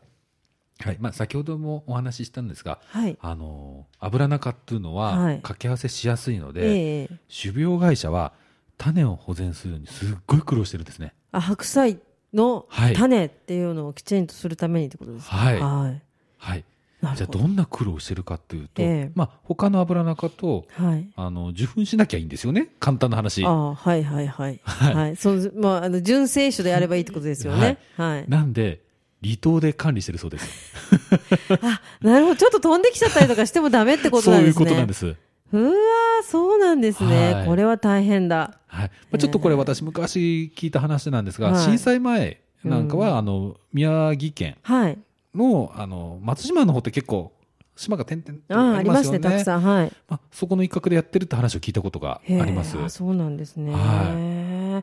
[SPEAKER 2] いまあ、先ほどもお話ししたんですが、
[SPEAKER 1] はい
[SPEAKER 2] あの油中っていうのは
[SPEAKER 1] はい
[SPEAKER 2] 掛け合わせしやすいので、
[SPEAKER 1] ええ
[SPEAKER 2] 種苗会社は種を保全するのにすっごい苦労してるんですね。
[SPEAKER 1] あ白菜の
[SPEAKER 2] はい
[SPEAKER 1] 種っていうのをきちんとするためにってことですか、
[SPEAKER 2] はい
[SPEAKER 1] はい
[SPEAKER 2] はい、
[SPEAKER 1] なる
[SPEAKER 2] じゃあ
[SPEAKER 1] ほど
[SPEAKER 2] どんな苦労をしてるかっていうと、
[SPEAKER 1] ええ
[SPEAKER 2] まあ、他の油中と
[SPEAKER 1] はい
[SPEAKER 2] あの受粉しなきゃいいんですよね簡単な話
[SPEAKER 1] あ。あはいはいはいはいそのまああの純正種でやればいいってことですよねはい、
[SPEAKER 2] なんで離島で管理してるそうです。
[SPEAKER 1] あなるほどちょっと飛んできちゃったりとかしてもダメってこと
[SPEAKER 2] そう
[SPEAKER 1] なん
[SPEAKER 2] い
[SPEAKER 1] で
[SPEAKER 2] う
[SPEAKER 1] すね
[SPEAKER 2] ことなんです。
[SPEAKER 1] うわーそうなんですね、
[SPEAKER 2] はい
[SPEAKER 1] これは大変だ
[SPEAKER 2] はいまあ、ちょっとこれ私昔聞いた話なんですが、
[SPEAKER 1] はい
[SPEAKER 2] 震災前なんかは、あの宮城県
[SPEAKER 1] はい
[SPEAKER 2] のあの松島の方って結構島が点々
[SPEAKER 1] あ
[SPEAKER 2] と
[SPEAKER 1] ー
[SPEAKER 2] あ
[SPEAKER 1] あ
[SPEAKER 2] り
[SPEAKER 1] り
[SPEAKER 2] ま
[SPEAKER 1] ますす
[SPEAKER 2] よ
[SPEAKER 1] ね
[SPEAKER 2] ね
[SPEAKER 1] たくさんはい
[SPEAKER 2] まあ、そこの一角でやってるって話を聞いたことがあ
[SPEAKER 1] へー
[SPEAKER 2] ります。
[SPEAKER 1] あそうなんですね、
[SPEAKER 2] は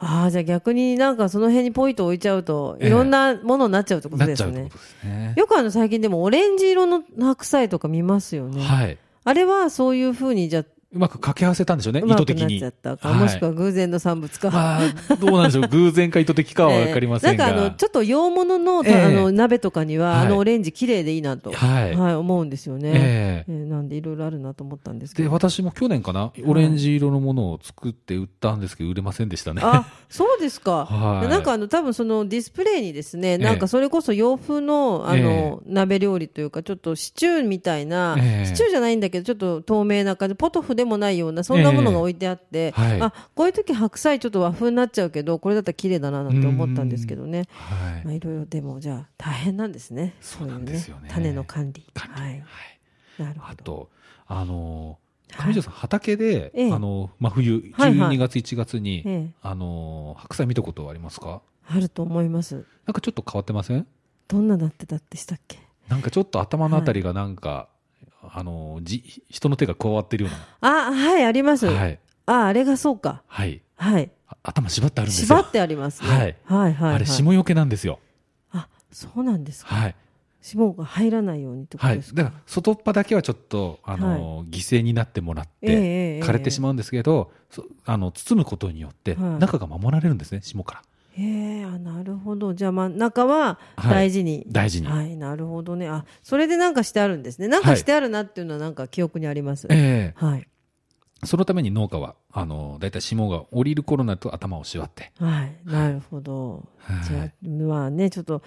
[SPEAKER 1] ああじゃあ逆になんかその辺にポイと置いちゃうと
[SPEAKER 2] ええ
[SPEAKER 1] いろんなものになっちゃうってこと
[SPEAKER 2] なっ
[SPEAKER 1] で
[SPEAKER 2] ちゃ
[SPEAKER 1] す
[SPEAKER 2] うって
[SPEAKER 1] ね
[SPEAKER 2] こ、とですね。
[SPEAKER 1] よくあの最近でもオレンジ色の白菜とか見ますよね、
[SPEAKER 2] はい。
[SPEAKER 1] あれはそういうふうにじゃあ
[SPEAKER 2] うまく掛け合わせたんでしょうね、
[SPEAKER 1] う
[SPEAKER 2] 意
[SPEAKER 1] ま
[SPEAKER 2] 図
[SPEAKER 1] く
[SPEAKER 2] 的
[SPEAKER 1] なっ
[SPEAKER 2] に。
[SPEAKER 1] ちゃったか、
[SPEAKER 2] はい
[SPEAKER 1] もしくは偶然の産物か、
[SPEAKER 2] まあ、どうなんでしょう、偶然か意図 的かは分かりませんが。
[SPEAKER 1] ええなんかあのちょっと洋物の,、
[SPEAKER 2] ええ
[SPEAKER 1] あの鍋とかには、
[SPEAKER 2] はい
[SPEAKER 1] あのオレンジ綺麗でいいなと、は
[SPEAKER 2] はいい。
[SPEAKER 1] 思うんですよね、
[SPEAKER 2] ええ
[SPEAKER 1] ええなんでいろいろあるなと思ったんですけ
[SPEAKER 2] で、
[SPEAKER 1] ど
[SPEAKER 2] 私も去年かな、オレンジ色のものを作って売ったんですけど、売れませんでしたね。
[SPEAKER 1] あそうですか、
[SPEAKER 2] はい
[SPEAKER 1] なんかあの多分そのディスプレイにですね、なんかそれこそ洋風のあの、鍋料理というかちょっとシチューみたいな、
[SPEAKER 2] ええ
[SPEAKER 1] シチューじゃないんだけどちょっと透明な感じポトフでもないようなそんなものが置いてあって、
[SPEAKER 2] ええはい
[SPEAKER 1] あこういう時白菜ちょっと和風になっちゃうけどこれだったら綺麗だななんて思ったんですけどね
[SPEAKER 2] はい
[SPEAKER 1] ま。あいろいろでもじゃあ大変なんですね
[SPEAKER 2] そうなんですよね
[SPEAKER 1] そういう種の管理
[SPEAKER 2] 管理
[SPEAKER 1] はい
[SPEAKER 2] はい
[SPEAKER 1] なるほ
[SPEAKER 2] あ
[SPEAKER 1] ど
[SPEAKER 2] と、あのー、
[SPEAKER 1] はい
[SPEAKER 2] 上条さん、畑で、
[SPEAKER 1] ええ
[SPEAKER 2] あのー、真冬、
[SPEAKER 1] はいはい
[SPEAKER 2] 12月、1月に、
[SPEAKER 1] ええ
[SPEAKER 2] あのー、白菜見たことはありますか
[SPEAKER 1] あると思います
[SPEAKER 2] なんかちょっと変わってません
[SPEAKER 1] どんなだってだってしたっけ
[SPEAKER 2] なんかちょっと頭のあたりがなんか、あのー、じ、人の手が加わってるよう
[SPEAKER 1] あはいあります、
[SPEAKER 2] な。はい。
[SPEAKER 1] ああれがそうか
[SPEAKER 2] はい。
[SPEAKER 1] はい
[SPEAKER 2] あ頭縛ってあるんです
[SPEAKER 1] 縛
[SPEAKER 2] よ
[SPEAKER 1] っ。てありますね。
[SPEAKER 2] は
[SPEAKER 1] はいい、はい、はい。
[SPEAKER 2] あれ、霜よけなんですよ。
[SPEAKER 1] あ、そうなんですか。
[SPEAKER 2] はい。
[SPEAKER 1] 霜が入らないようにってこと
[SPEAKER 2] は
[SPEAKER 1] で
[SPEAKER 2] い。
[SPEAKER 1] すか。
[SPEAKER 2] だから、外っ端だけはちょっと、あのー、犠牲になってもらっ
[SPEAKER 1] ええ
[SPEAKER 2] て、
[SPEAKER 1] ええ
[SPEAKER 2] 枯れてしまうんですけど、そあの、包むことによって、
[SPEAKER 1] はい
[SPEAKER 2] 中が守られるんですね、霜から。
[SPEAKER 1] ええあ、なるほど。じゃあ、まあ、中は
[SPEAKER 2] はい
[SPEAKER 1] 大事に。
[SPEAKER 2] 大事に。
[SPEAKER 1] はい、なるほどね。あ、それでなんかしてあるんですね。なん
[SPEAKER 2] は
[SPEAKER 1] か
[SPEAKER 2] い
[SPEAKER 1] してあるなっていうのはなんか記憶にあります。はい。
[SPEAKER 2] ええそのために農家は、あの、だいたい霜が降りる頃になると頭を縛って。
[SPEAKER 1] はい、なるほど。
[SPEAKER 2] はい
[SPEAKER 1] じゃあ、まあね、ちょっと、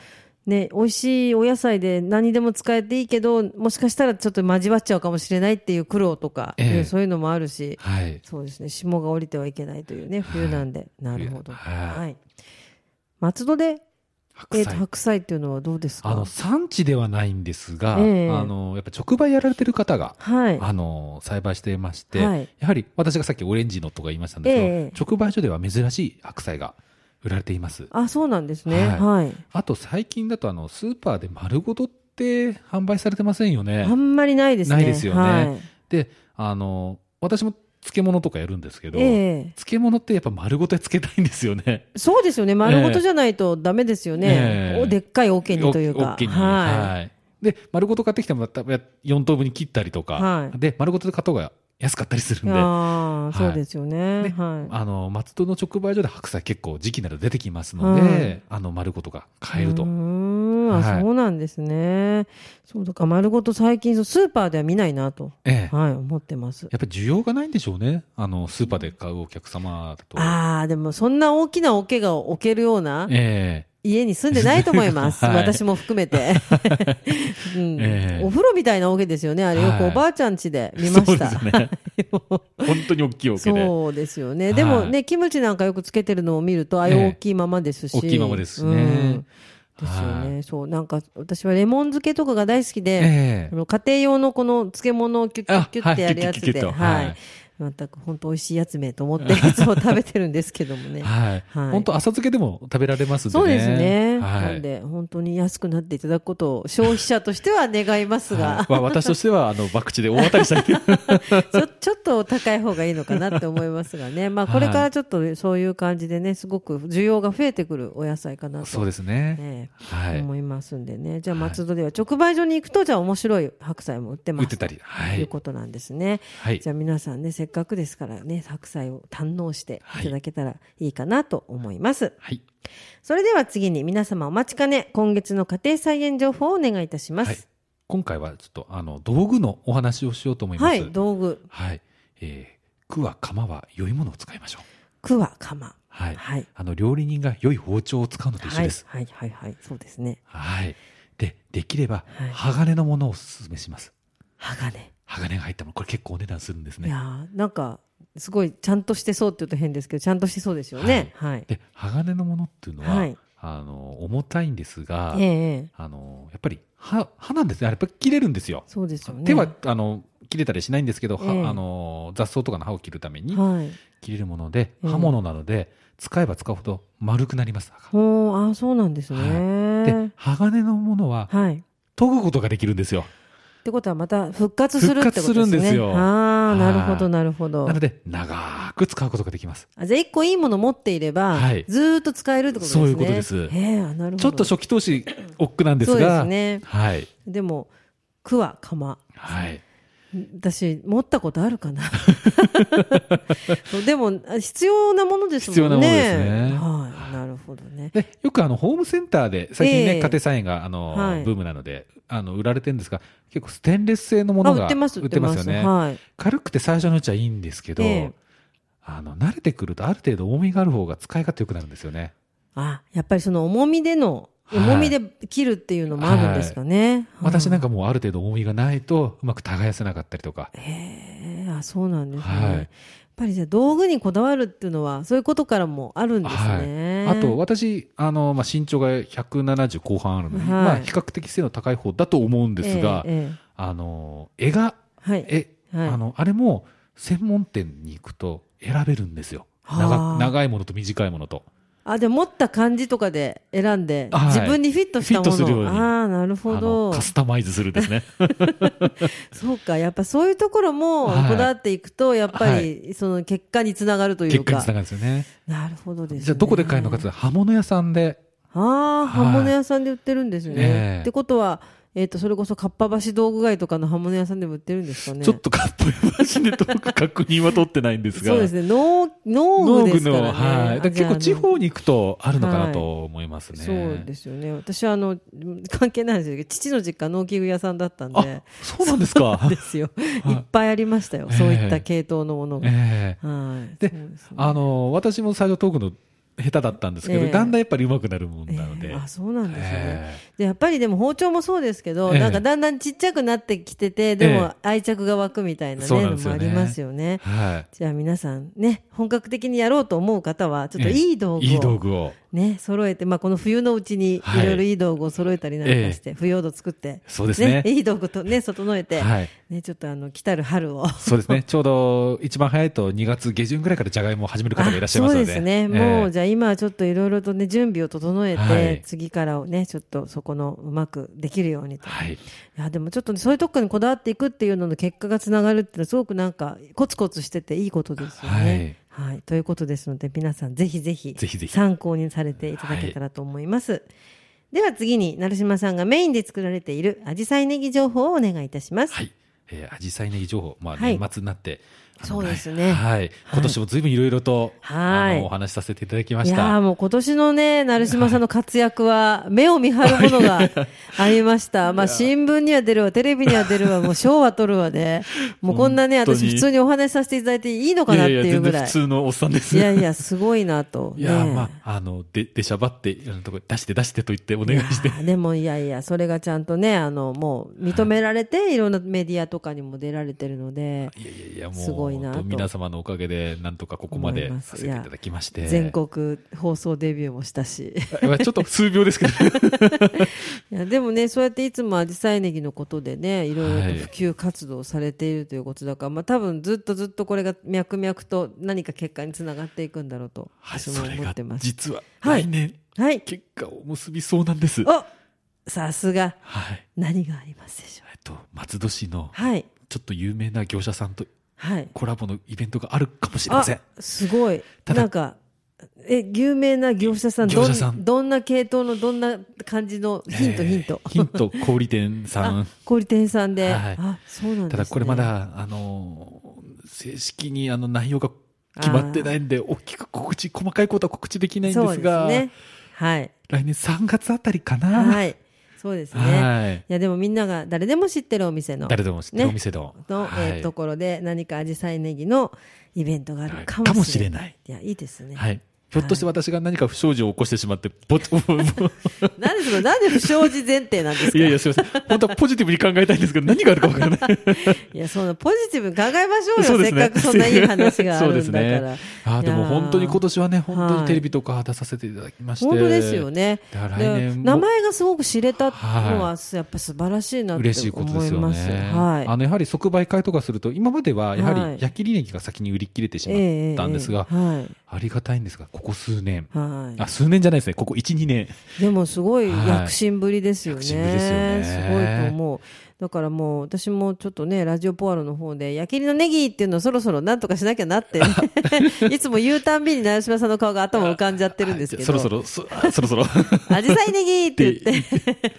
[SPEAKER 1] ね、美味しいお野菜で何にでも使えていいけど、もしかしたらちょっと交わっちゃうかもしれないっていう苦労とか、
[SPEAKER 2] ええ
[SPEAKER 1] そういうのもあるし、
[SPEAKER 2] はい。
[SPEAKER 1] そうですね霜が降りてはいけないというね冬なんで、なるほど、
[SPEAKER 2] はい
[SPEAKER 1] はい、松戸でえ
[SPEAKER 2] 白
[SPEAKER 1] ーと
[SPEAKER 2] 菜。
[SPEAKER 1] 白菜っていうのはどうですか
[SPEAKER 2] あの、産地ではないんですが、
[SPEAKER 1] ええ
[SPEAKER 2] あの、やっぱ直売やられてる方が、
[SPEAKER 1] はい
[SPEAKER 2] あの、栽培してまして、
[SPEAKER 1] はい
[SPEAKER 2] やはり私がさっきオレンジのとか言いましたんですけど、
[SPEAKER 1] ええ
[SPEAKER 2] 直売所では珍しい白菜が売られています。
[SPEAKER 1] あそうなんですね
[SPEAKER 2] はい
[SPEAKER 1] はい、
[SPEAKER 2] あと最近だと、あの、スーパーで丸ごとって販売されてませんよね
[SPEAKER 1] あ。んまりないですね
[SPEAKER 2] ないですよね
[SPEAKER 1] はい
[SPEAKER 2] で、あの、私も漬物とかやるんですけど、
[SPEAKER 1] ええ
[SPEAKER 2] 漬物ってやっぱ丸ごと漬けたいんですよね。
[SPEAKER 1] そうですよね丸ごとじゃないとダメですよね
[SPEAKER 2] え、え
[SPEAKER 1] おでっかい桶にという
[SPEAKER 2] お
[SPEAKER 1] か
[SPEAKER 2] っきに
[SPEAKER 1] は
[SPEAKER 2] はいで丸ごと買ってきても4等分に切ったりとか、
[SPEAKER 1] はい
[SPEAKER 2] で丸ごとで買った方が安かったりするんで、
[SPEAKER 1] ああ、
[SPEAKER 2] い
[SPEAKER 1] そうですよね。
[SPEAKER 2] ね
[SPEAKER 1] はい。
[SPEAKER 2] あの松戸の直売所で白菜結構時期など出てきますので、
[SPEAKER 1] はい
[SPEAKER 2] あの丸ごとが買えると、
[SPEAKER 1] うーん、あ、
[SPEAKER 2] はい
[SPEAKER 1] そうなんですね。そうだから丸ごと最近そうスーパーでは見ないなと、
[SPEAKER 2] ええ、
[SPEAKER 1] はい思ってます。
[SPEAKER 2] やっぱり需要がないんでしょうねあのスーパーで買うお客様だと、
[SPEAKER 1] ああ、でもそんな大きなおけが置けるような
[SPEAKER 2] え
[SPEAKER 1] 家に住んでないと思います。
[SPEAKER 2] はい
[SPEAKER 1] 私も含め て、うん
[SPEAKER 2] ええ
[SPEAKER 1] お風呂みたいなおけですよね。あれよく
[SPEAKER 2] はい
[SPEAKER 1] おばあちゃん家で
[SPEAKER 2] え
[SPEAKER 1] 見ま
[SPEAKER 2] そう
[SPEAKER 1] し
[SPEAKER 2] で
[SPEAKER 1] た。
[SPEAKER 2] すね本当に大きいおけで
[SPEAKER 1] そうですよね。でも
[SPEAKER 2] は
[SPEAKER 1] ね、キムチなんかよくつけてるのを見ると、ああい
[SPEAKER 2] え
[SPEAKER 1] う
[SPEAKER 2] え
[SPEAKER 1] 大きいままですし。
[SPEAKER 2] 大きいままですしね
[SPEAKER 1] うんですよ
[SPEAKER 2] は
[SPEAKER 1] ね。そう。なんか、私はレモン漬けとかが大好きで、
[SPEAKER 2] え
[SPEAKER 1] あの家庭用のこの漬物をキュッキュッキュッって
[SPEAKER 2] あ
[SPEAKER 1] や
[SPEAKER 2] はい
[SPEAKER 1] るやつ
[SPEAKER 2] キュッキュッキュッ
[SPEAKER 1] で、
[SPEAKER 2] キュッと
[SPEAKER 1] は
[SPEAKER 2] はい
[SPEAKER 1] い。全く本当美味しいやつめと思って、いつ も食べてるんですけども
[SPEAKER 2] え
[SPEAKER 1] ね。
[SPEAKER 2] はい
[SPEAKER 1] はい
[SPEAKER 2] 本当浅漬けでも食べられますんでね
[SPEAKER 1] そうですね。
[SPEAKER 2] はい
[SPEAKER 1] なんで、本当に安くなっていただくことを消費者としては願います
[SPEAKER 2] は
[SPEAKER 1] が
[SPEAKER 2] い、まあ、私としてはあの博打で大当たりしたい
[SPEAKER 1] ちょ ちょっと高い方がいいのかなって思いますがね、まあ、これからちょっとそういう感じでね、すごく需要が増えてくるお野菜かな
[SPEAKER 2] そう
[SPEAKER 1] と、
[SPEAKER 2] ですね
[SPEAKER 1] ね
[SPEAKER 2] はい
[SPEAKER 1] 思いますんでね、じゃあ、
[SPEAKER 2] はい
[SPEAKER 1] 松戸では直売所に行くと、じゃあ、面白い白菜も売ってます
[SPEAKER 2] 売ってたりは
[SPEAKER 1] という
[SPEAKER 2] い、
[SPEAKER 1] ことなんですね。
[SPEAKER 2] はい
[SPEAKER 1] じ、ゃあ皆さんね、せっかくですからね、白菜を堪能していただけたらいいかなと思います。
[SPEAKER 2] はい
[SPEAKER 1] それでは次に皆様お待ちかね、今月の家庭菜園情報をお願いいたしま
[SPEAKER 2] はい
[SPEAKER 1] す。、
[SPEAKER 2] 今回はちょっとあの道具のお話をしようと思います。
[SPEAKER 1] は、
[SPEAKER 2] はいい、
[SPEAKER 1] 道具、
[SPEAKER 2] えー、くわ釜は良いものを使いましょう。
[SPEAKER 1] くわ、釜。
[SPEAKER 2] はい、
[SPEAKER 1] はい。
[SPEAKER 2] あの料理人が良い包丁を使うのと一緒
[SPEAKER 1] はい、
[SPEAKER 2] です。
[SPEAKER 1] はい、はい、はい、そうですね。
[SPEAKER 2] はい、でできれば
[SPEAKER 1] はい
[SPEAKER 2] 鋼のものをお勧めします。
[SPEAKER 1] 鋼。
[SPEAKER 2] 鋼が入ったものこれ結構お値段するんです
[SPEAKER 1] い
[SPEAKER 2] ね。
[SPEAKER 1] やーなんか、すごい、ちゃんとしてそうって言うと変ですけど、ちゃんとしてそうですよね。はい。
[SPEAKER 2] で鋼のものっていうのは、
[SPEAKER 1] はい。
[SPEAKER 2] あの重たいんですが、
[SPEAKER 1] ええ
[SPEAKER 2] あのやっぱり刃刃なんですね。あれやっぱり切れるんですよ。
[SPEAKER 1] そうですよね。
[SPEAKER 2] 手は、あの切れたりしないんですけど、は
[SPEAKER 1] ええ
[SPEAKER 2] あの雑草とかの刃を切るために
[SPEAKER 1] はい。
[SPEAKER 2] 切れるもので、
[SPEAKER 1] うん
[SPEAKER 2] 刃物なので使えば使うほど丸くなります。
[SPEAKER 1] ほう、あーそうなんです
[SPEAKER 2] で
[SPEAKER 1] ね。
[SPEAKER 2] 鋼のものは
[SPEAKER 1] はい。っ
[SPEAKER 2] 研ぐことができるんですよ。
[SPEAKER 1] てことは、また復活するってことですね。
[SPEAKER 2] 復活するんですよ
[SPEAKER 1] ああ、なるほ
[SPEAKER 2] は
[SPEAKER 1] ど、
[SPEAKER 2] い
[SPEAKER 1] なるほど
[SPEAKER 2] な。ので長く使うことができます。
[SPEAKER 1] あじゃあ、一個いいもの持っていれば、
[SPEAKER 2] はい
[SPEAKER 1] ずーっと使えるってことですね。
[SPEAKER 2] そういうことです
[SPEAKER 1] へえ、あなるほど。
[SPEAKER 2] ちょっと初期投資億劫なんです
[SPEAKER 1] そうです
[SPEAKER 2] が、
[SPEAKER 1] ね。
[SPEAKER 2] はい
[SPEAKER 1] でも、くわ、釜。
[SPEAKER 2] はい
[SPEAKER 1] 私持ったことあるかなそうでもあ必要なものですもんね
[SPEAKER 2] 必要なものですね
[SPEAKER 1] はいなるほどね
[SPEAKER 2] でよくあのホームセンターで最近ね、
[SPEAKER 1] ええ
[SPEAKER 2] 家庭菜園があの、
[SPEAKER 1] はい
[SPEAKER 2] ブームなのであの売られてるんですが結構ステンレス製のも
[SPEAKER 1] あ
[SPEAKER 2] の
[SPEAKER 1] 売
[SPEAKER 2] が
[SPEAKER 1] ってます
[SPEAKER 2] 売ってますよね。
[SPEAKER 1] はい
[SPEAKER 2] 軽くて最初のうちはいいんですけど、
[SPEAKER 1] ええ
[SPEAKER 2] あの慣れてくるとある程度重みがある方が使い勝手良くなるんですよね。
[SPEAKER 1] あやっぱりその重みでの
[SPEAKER 2] はい
[SPEAKER 1] 重みで切るっていうのもあるんですかね、
[SPEAKER 2] 私なん
[SPEAKER 1] か
[SPEAKER 2] かもうある程度重みがないとうまく耕せなかったりとか、
[SPEAKER 1] へえあそうなんですね、
[SPEAKER 2] はい
[SPEAKER 1] やっぱりじゃあ道具にこだわるっていうのはそういうことからもあるんですね、
[SPEAKER 2] あと私あの、まあ、身長が170後半あるので、
[SPEAKER 1] はい
[SPEAKER 2] まあ、比較的背の高い方だと思うんですが、
[SPEAKER 1] ええええ
[SPEAKER 2] あの絵が
[SPEAKER 1] はい
[SPEAKER 2] え、
[SPEAKER 1] はい
[SPEAKER 2] あのあれも専門店に行くと選べるんですよ
[SPEAKER 1] はあ
[SPEAKER 2] 長長いものと短いものと
[SPEAKER 1] あ、でも持った感じとかで選んで、
[SPEAKER 2] はい
[SPEAKER 1] 自分にフィットしたもの。
[SPEAKER 2] フィットするように
[SPEAKER 1] ああ、なるほ
[SPEAKER 2] あの
[SPEAKER 1] ど
[SPEAKER 2] カ。スタマイズするんで すね
[SPEAKER 1] そうか、やっぱそういうところも
[SPEAKER 2] はい
[SPEAKER 1] こだわっていくと、やっぱ
[SPEAKER 2] は
[SPEAKER 1] りその結果につながるとい
[SPEAKER 2] 結
[SPEAKER 1] う
[SPEAKER 2] 果に
[SPEAKER 1] か
[SPEAKER 2] つな。がるんですよね
[SPEAKER 1] なるほどです、ね。
[SPEAKER 2] じゃあどこで買えるのかって刃物屋さんで
[SPEAKER 1] ああ、刃
[SPEAKER 2] は
[SPEAKER 1] 物
[SPEAKER 2] い
[SPEAKER 1] 屋さんで売ってるんですね。
[SPEAKER 2] ええ
[SPEAKER 1] ってことは、えっ、と、それこそかっぱ橋道具街とかの刃物屋さんでも売ってるんですかね。
[SPEAKER 2] ちょっとカップなしで遠く確認は取ってないんですが
[SPEAKER 1] そうですね。農、農
[SPEAKER 2] 農
[SPEAKER 1] 具で
[SPEAKER 2] 具
[SPEAKER 1] すからね。
[SPEAKER 2] の、はい、だから結構地
[SPEAKER 1] ね。
[SPEAKER 2] 方に行くとあるのかなと思いますね。
[SPEAKER 1] そうですよね。私はあの、関係ないんですけど、父の実家農機具屋さんだったんで。
[SPEAKER 2] そうなんで すか。
[SPEAKER 1] ですよ。
[SPEAKER 2] はい
[SPEAKER 1] いっぱいありましたよ。
[SPEAKER 2] ええ
[SPEAKER 1] そういった系統のものが。
[SPEAKER 2] ええ
[SPEAKER 1] はい。
[SPEAKER 2] で
[SPEAKER 1] そうすね
[SPEAKER 2] あの私も最初トークの下手だったんですけど、
[SPEAKER 1] ええ
[SPEAKER 2] だんだんやっぱり上手くなるもん
[SPEAKER 1] ええ
[SPEAKER 2] なので、
[SPEAKER 1] あ、そうなんですよね。
[SPEAKER 2] え
[SPEAKER 1] で、やっぱりでも包丁もそうですけど、
[SPEAKER 2] ええ
[SPEAKER 1] なんかだんだんちっちゃくなってきてて、で
[SPEAKER 2] え
[SPEAKER 1] も愛着が湧くみたいなね、
[SPEAKER 2] そうな
[SPEAKER 1] の
[SPEAKER 2] んです
[SPEAKER 1] も
[SPEAKER 2] よ
[SPEAKER 1] あ
[SPEAKER 2] ね
[SPEAKER 1] りますよね。
[SPEAKER 2] えは
[SPEAKER 1] じゃあ皆さんね、本格的にやろうと思う方は、ちょっといい道
[SPEAKER 2] い、いい
[SPEAKER 1] 具
[SPEAKER 2] 道
[SPEAKER 1] を
[SPEAKER 2] 具を
[SPEAKER 1] ね、揃えて、まあこの冬のうちにい
[SPEAKER 2] はい
[SPEAKER 1] ろいろいい道具を揃えたりなんかして、不要度作って、
[SPEAKER 2] そうですね
[SPEAKER 1] いい道具とね、整えて、
[SPEAKER 2] はい、
[SPEAKER 1] ね、ちょっとあの、来たる春を。
[SPEAKER 2] そうで すねちょうど一番早いと2月下旬ぐらいからじゃがいもを始める方がいらっしゃいます
[SPEAKER 1] あ
[SPEAKER 2] ので
[SPEAKER 1] そうですね。
[SPEAKER 2] ええ
[SPEAKER 1] もう、じゃあ今はちょっといろいろとね、準備を整えて、
[SPEAKER 2] はい
[SPEAKER 1] 次からをね、ちょっとそこのうまくできるようにと。
[SPEAKER 2] はい、
[SPEAKER 1] いや、でもちょっとね、そういうとこにこだわっていくっていうのの結果がつながるっていうのはすごくなんか、コツコツしてていいことですよね。はい。ということですので、皆さんぜひぜひ、
[SPEAKER 2] ぜひぜひ
[SPEAKER 1] 参考にされていただけたらと思います。では次に、成島さんがメインで作られているアジサイネギ情報をお願いいたします。
[SPEAKER 2] はいえー、アジサイネギ情報、まあ、
[SPEAKER 1] はい
[SPEAKER 2] 年末になって、あの
[SPEAKER 1] そうですね
[SPEAKER 2] はい。今年も随分いろいろと、
[SPEAKER 1] はい
[SPEAKER 2] あの、お話しさせていただきま
[SPEAKER 1] い
[SPEAKER 2] し
[SPEAKER 1] やー
[SPEAKER 2] た。
[SPEAKER 1] もう今年のね、成島さんの活躍は、目を見張るもの がありました。まあ、新聞には出るわ、テレビには出るわ、もう賞は取るわで、もうこんなね、
[SPEAKER 2] 本当に
[SPEAKER 1] 私普通にお話しさせていただいていいのかなっていうぐら
[SPEAKER 2] 全然
[SPEAKER 1] い。
[SPEAKER 2] 普通のおっさんです
[SPEAKER 1] いや
[SPEAKER 2] ね。
[SPEAKER 1] いや、すごいなと。
[SPEAKER 2] いやー、
[SPEAKER 1] ね
[SPEAKER 2] まあ、あの、で、でしゃばって、いろんなとこ出して出してと言ってお願いして
[SPEAKER 1] い。やでもいやいや、それがちゃんとね、あの、もう認められて、いろんなメディアとかにも出られてるので、
[SPEAKER 2] いやいやいや、もう、
[SPEAKER 1] すごいなと
[SPEAKER 2] 本当皆様のおかげで、なんとかここまでさせていただきまして。
[SPEAKER 1] 全国放送デビューもしたし。
[SPEAKER 2] まあちょっと数秒ですけど。
[SPEAKER 1] いやでもねそうやっていつもアジサイネギのことでねいろいろと
[SPEAKER 2] はい
[SPEAKER 1] 普及活動をされているということだから、まあ多分ずっとずっとこれが脈々と何か結果につながっていくんだろうと
[SPEAKER 2] はい、
[SPEAKER 1] 私も
[SPEAKER 2] それ
[SPEAKER 1] 思っ
[SPEAKER 2] が
[SPEAKER 1] て、ます。
[SPEAKER 2] 実は、
[SPEAKER 1] はい
[SPEAKER 2] 来年、
[SPEAKER 1] はい、
[SPEAKER 2] 結果を結びそうなんです。
[SPEAKER 1] おさすが
[SPEAKER 2] はい。
[SPEAKER 1] 何がありますでしょう
[SPEAKER 2] えっと、松戸市の、
[SPEAKER 1] はい
[SPEAKER 2] ちょっと有名な業者さんと
[SPEAKER 1] はい
[SPEAKER 2] コラボのイベントがあるかもしれません。
[SPEAKER 1] すごい
[SPEAKER 2] ただ
[SPEAKER 1] なんかえ有名な業者さん
[SPEAKER 2] 業者さん
[SPEAKER 1] どんどんな系統のどんな感じのヒント、
[SPEAKER 2] えー
[SPEAKER 1] ヒント
[SPEAKER 2] ヒント、小売店 さ
[SPEAKER 1] あ
[SPEAKER 2] ん。
[SPEAKER 1] 小売店さんで、
[SPEAKER 2] はい
[SPEAKER 1] あそうなんです、ね、
[SPEAKER 2] ただこれまだ、あのー、正式にあの内容が決まってないんで、大きく告知、細かいことは告知できないん
[SPEAKER 1] そう
[SPEAKER 2] ですが、
[SPEAKER 1] ねはい
[SPEAKER 2] 来年3月あたりかな。はい。
[SPEAKER 1] はいそうですねいやでもみんなが誰でも知ってるお店の
[SPEAKER 2] 誰でも知ってる
[SPEAKER 1] ね
[SPEAKER 2] お店の。
[SPEAKER 1] の、
[SPEAKER 2] は
[SPEAKER 1] えー
[SPEAKER 2] い
[SPEAKER 1] ところで何かアジサイネギのイベントがあるかもしれない。
[SPEAKER 2] かもしれない
[SPEAKER 1] いやいいですね。
[SPEAKER 2] はい。ひょっとして私が何か不祥事を起こしてしまって、ぼ
[SPEAKER 1] なんでそのなんで不祥事前提なんですか。
[SPEAKER 2] いやいや、すみません。本当はポジティブに考えたいんですけど、何があるかわからない。
[SPEAKER 1] いやそのポジティブに考えましょうよ。
[SPEAKER 2] そうですね
[SPEAKER 1] せっかくそんないい話があるんだから。
[SPEAKER 2] そうであーでも本当に今年はね、本当にテレビとか出させていただきまして。
[SPEAKER 1] 本当ですよね。
[SPEAKER 2] だから来
[SPEAKER 1] で
[SPEAKER 2] 年も
[SPEAKER 1] 名前がすごく知れたの
[SPEAKER 2] は
[SPEAKER 1] はやっぱ素晴らしいなって思います。
[SPEAKER 2] 嬉しいことですよね。
[SPEAKER 1] はい。
[SPEAKER 2] あの、やはり即売会とかすると、今まではや
[SPEAKER 1] は
[SPEAKER 2] はいり焼きりネギが先に売り切れてし
[SPEAKER 1] ええええ
[SPEAKER 2] まったんですが、
[SPEAKER 1] はい
[SPEAKER 2] ありがたいんですが、ここ数年。
[SPEAKER 1] はい。
[SPEAKER 2] あ、数年じゃないですね。ここ1、2年。
[SPEAKER 1] でもすごい
[SPEAKER 2] はい
[SPEAKER 1] 躍進ぶりですよね。
[SPEAKER 2] 躍進ぶりですよね
[SPEAKER 1] すごいと思う。だからもう私もちょっとね、ラジオポアロの方で、焼きりのネギっていうのをそろそろなんとかしなきゃなって、 ね、いつも言うたんびに長島さんの顔が頭浮かんじゃってるんですけど、
[SPEAKER 2] あじゃあそろそろ、そそろそろ。
[SPEAKER 1] アジサイネギって言って、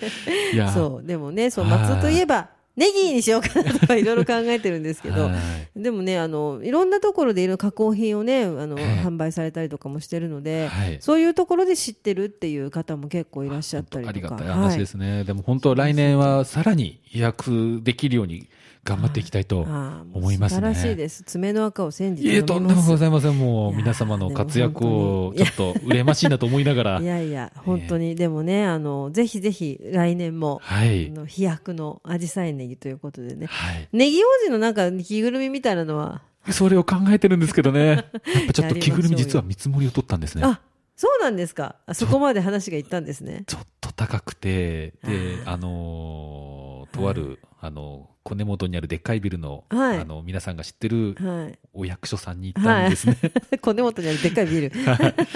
[SPEAKER 2] いやー
[SPEAKER 1] そう、でもね、そう、
[SPEAKER 2] はい
[SPEAKER 1] 松戸といえば、ネギにしようかなとかいろいろ考えてるんですけど
[SPEAKER 2] は、
[SPEAKER 1] でもね、あの、いろんなところでいろいろ加工品をね、あの、
[SPEAKER 2] ええ
[SPEAKER 1] 販売されたりとかもしてるの
[SPEAKER 2] い
[SPEAKER 1] で、
[SPEAKER 2] はい。
[SPEAKER 1] そういうところで知ってるっていう方も結構いらっしゃったりとか。
[SPEAKER 2] ありがたい話ですね、でも本当、来年はさらに予約できるように頑張っていきたいと
[SPEAKER 1] ああもう
[SPEAKER 2] 思いますね。
[SPEAKER 1] 素晴らしいです。爪の赤を煎じ
[SPEAKER 2] い
[SPEAKER 1] て
[SPEAKER 2] え、
[SPEAKER 1] 飲
[SPEAKER 2] とん
[SPEAKER 1] み
[SPEAKER 2] で
[SPEAKER 1] ま
[SPEAKER 2] も
[SPEAKER 1] す。
[SPEAKER 2] ございません。も
[SPEAKER 1] いうやー
[SPEAKER 2] 皆様の活躍を
[SPEAKER 1] で
[SPEAKER 2] ち
[SPEAKER 1] も
[SPEAKER 2] ょっと羨ましいなと思いながら
[SPEAKER 1] い、やいや、本当に、でもね、あの、ぜひぜひ来年も、
[SPEAKER 2] は
[SPEAKER 1] あ
[SPEAKER 2] い。
[SPEAKER 1] の飛躍のアジサイネギということでね。
[SPEAKER 2] はい。
[SPEAKER 1] ネギ王子のなんか着ぐるみみたいなのは、
[SPEAKER 2] それを考えてるんです けどね。やっぱちょっと着ぐるみ実は見積もりを取ったんですね。
[SPEAKER 1] あ、そうなんですか。あそこまで話がいったんですね。
[SPEAKER 2] ちょっと高くて、で、
[SPEAKER 1] あ
[SPEAKER 2] あのーとある、あのー、コネ元にあるでっかいビルの、
[SPEAKER 1] はい
[SPEAKER 2] あの、皆さんが知ってる
[SPEAKER 1] はい。
[SPEAKER 2] お役所さんに行ったんですね。
[SPEAKER 1] こねもとにあるでっかいビ ル。
[SPEAKER 2] そした
[SPEAKER 1] あ
[SPEAKER 2] ら
[SPEAKER 1] りま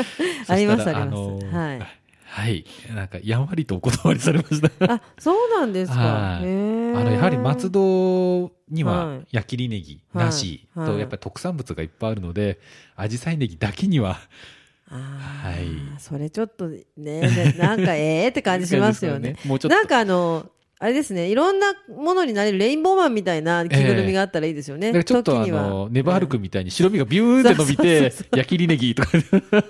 [SPEAKER 1] すあります
[SPEAKER 2] のー
[SPEAKER 1] はい
[SPEAKER 2] はい。なんか、やんわりとお断りされました。
[SPEAKER 1] あ、そうなんですか。
[SPEAKER 2] はい
[SPEAKER 1] へ
[SPEAKER 2] あ
[SPEAKER 1] え
[SPEAKER 2] の、やはり松戸に
[SPEAKER 1] は、
[SPEAKER 2] はい焼きりネギ、なし
[SPEAKER 1] はいは
[SPEAKER 2] と、
[SPEAKER 1] い
[SPEAKER 2] やっぱり特産物がいっぱいあるので、アジサイネギだけには、
[SPEAKER 1] あー
[SPEAKER 2] はい
[SPEAKER 1] それちょっとね、でなんかええって感じします よね。
[SPEAKER 2] もうちょっと。
[SPEAKER 1] なんかあの、あれですね、いろんなものになれるレインボーマンみたいな着ぐるみがあったらいいですよね。
[SPEAKER 2] なんかちょっとあ
[SPEAKER 1] 時には
[SPEAKER 2] の、ネバール君みたいに白身がビューンって伸び
[SPEAKER 1] そう
[SPEAKER 2] て
[SPEAKER 1] そうそう、
[SPEAKER 2] 焼きりネギ とか、
[SPEAKER 1] うん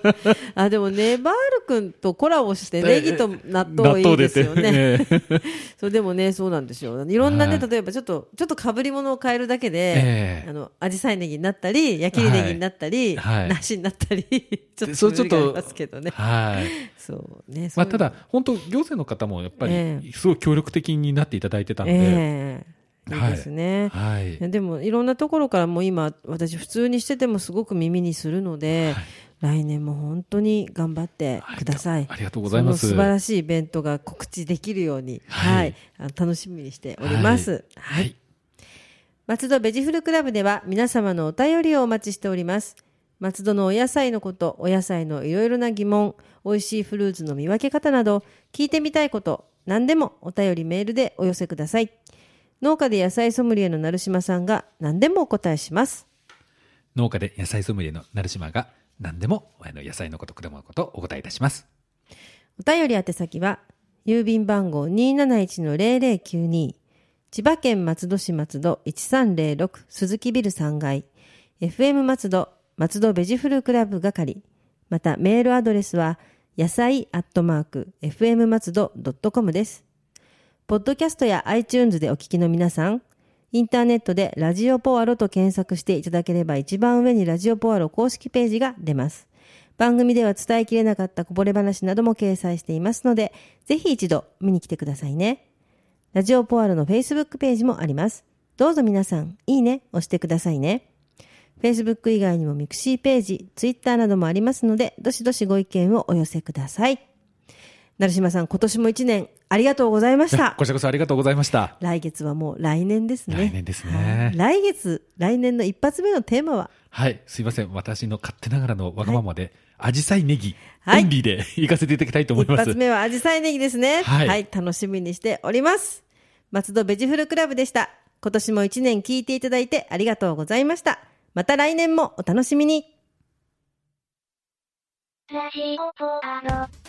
[SPEAKER 1] あ、でもネバール君とコラボしてネギと納豆いいですよね。
[SPEAKER 2] ええ
[SPEAKER 1] そう、でもね、そうなんですよ。いろんなね、
[SPEAKER 2] はい
[SPEAKER 1] 例えばちょっと、ちょっと被り物を変えるだけで、
[SPEAKER 2] え
[SPEAKER 1] あの、アジサイネギになったり、焼きネギになったり、
[SPEAKER 2] はいはい
[SPEAKER 1] 梨になったり、 ちょっ
[SPEAKER 2] で
[SPEAKER 1] と
[SPEAKER 2] そう
[SPEAKER 1] 無
[SPEAKER 2] ちょ
[SPEAKER 1] 理
[SPEAKER 2] っ
[SPEAKER 1] が
[SPEAKER 2] と
[SPEAKER 1] ありますけど
[SPEAKER 2] え
[SPEAKER 1] ね。
[SPEAKER 2] はい。
[SPEAKER 1] そうね、
[SPEAKER 2] ま
[SPEAKER 1] そう
[SPEAKER 2] あ、ただ、本当行政の方もやっぱ
[SPEAKER 1] え
[SPEAKER 2] り、すごい協力的になっていただいてたので、
[SPEAKER 1] ええ
[SPEAKER 2] はい
[SPEAKER 1] いいですね。
[SPEAKER 2] はい
[SPEAKER 1] い。やでもいろんなところからもう今私普通にしててもすごく耳にするので、来年も本当に頑張ってください。
[SPEAKER 2] ありがとうございます。
[SPEAKER 1] その素晴らしいイベントが告知できるように、
[SPEAKER 2] はい
[SPEAKER 1] はい、あの楽しみにしております。
[SPEAKER 2] はい。はい
[SPEAKER 1] 松戸ベジフルクラブでは皆様のお便りをお待ちしております。松戸のお野菜のこと、お野菜のいろいろな疑問、美味しいフルーツの見分け方など、聞いてみたいこと、何でもお便りメールでお寄せください。農家で野菜ソムリエの成島さんが何でもお答えします。
[SPEAKER 2] 農家で野菜ソムリエの成島が何でもあの野菜のこと果物のことお答えいたします
[SPEAKER 1] お便り宛先は、郵便番号271-0092、千葉県松戸市松戸1306鈴木ビル3階 FM 松戸松戸ベジフルクラブ係またメールアドレスは野菜アットマーク FM 松戸 .com ですポッドキャストや iTunes でお聞きの皆さんインターネットでラジオポアロと検索していただければ一番上にラジオポアロ公式ページが出ます番組では伝えきれなかったこぼれ話なども掲載していますのでぜひ一度見に来てくださいねラジオポアロの Facebook ページもあります。どうぞ皆さん、いいね、押してくださいね。Facebook 以外にもミクシーページ、Twitter などもありますので、どしどしご意見をお寄せください。成島さん、今年も一年ありがとうございました
[SPEAKER 2] こ。ちらこそありがとうございました。
[SPEAKER 1] 来月はもう来年ですね。
[SPEAKER 2] 来年ですね
[SPEAKER 1] はい来月、来年の一発目のテーマは、
[SPEAKER 2] はい、すいません。私の勝手ながらのわがままで、アジサイネギ、
[SPEAKER 1] はい
[SPEAKER 2] オンリーで行かせていただきたいと思い
[SPEAKER 1] 一
[SPEAKER 2] ます。
[SPEAKER 1] 発目はアジサイネギですね。は、
[SPEAKER 2] はいい
[SPEAKER 1] 楽しみにしております。松戸ベジフルクラブでした。今年も一年聞いていただいてありがとうございました。また来年もお楽しみに。
[SPEAKER 3] ラジオポアド。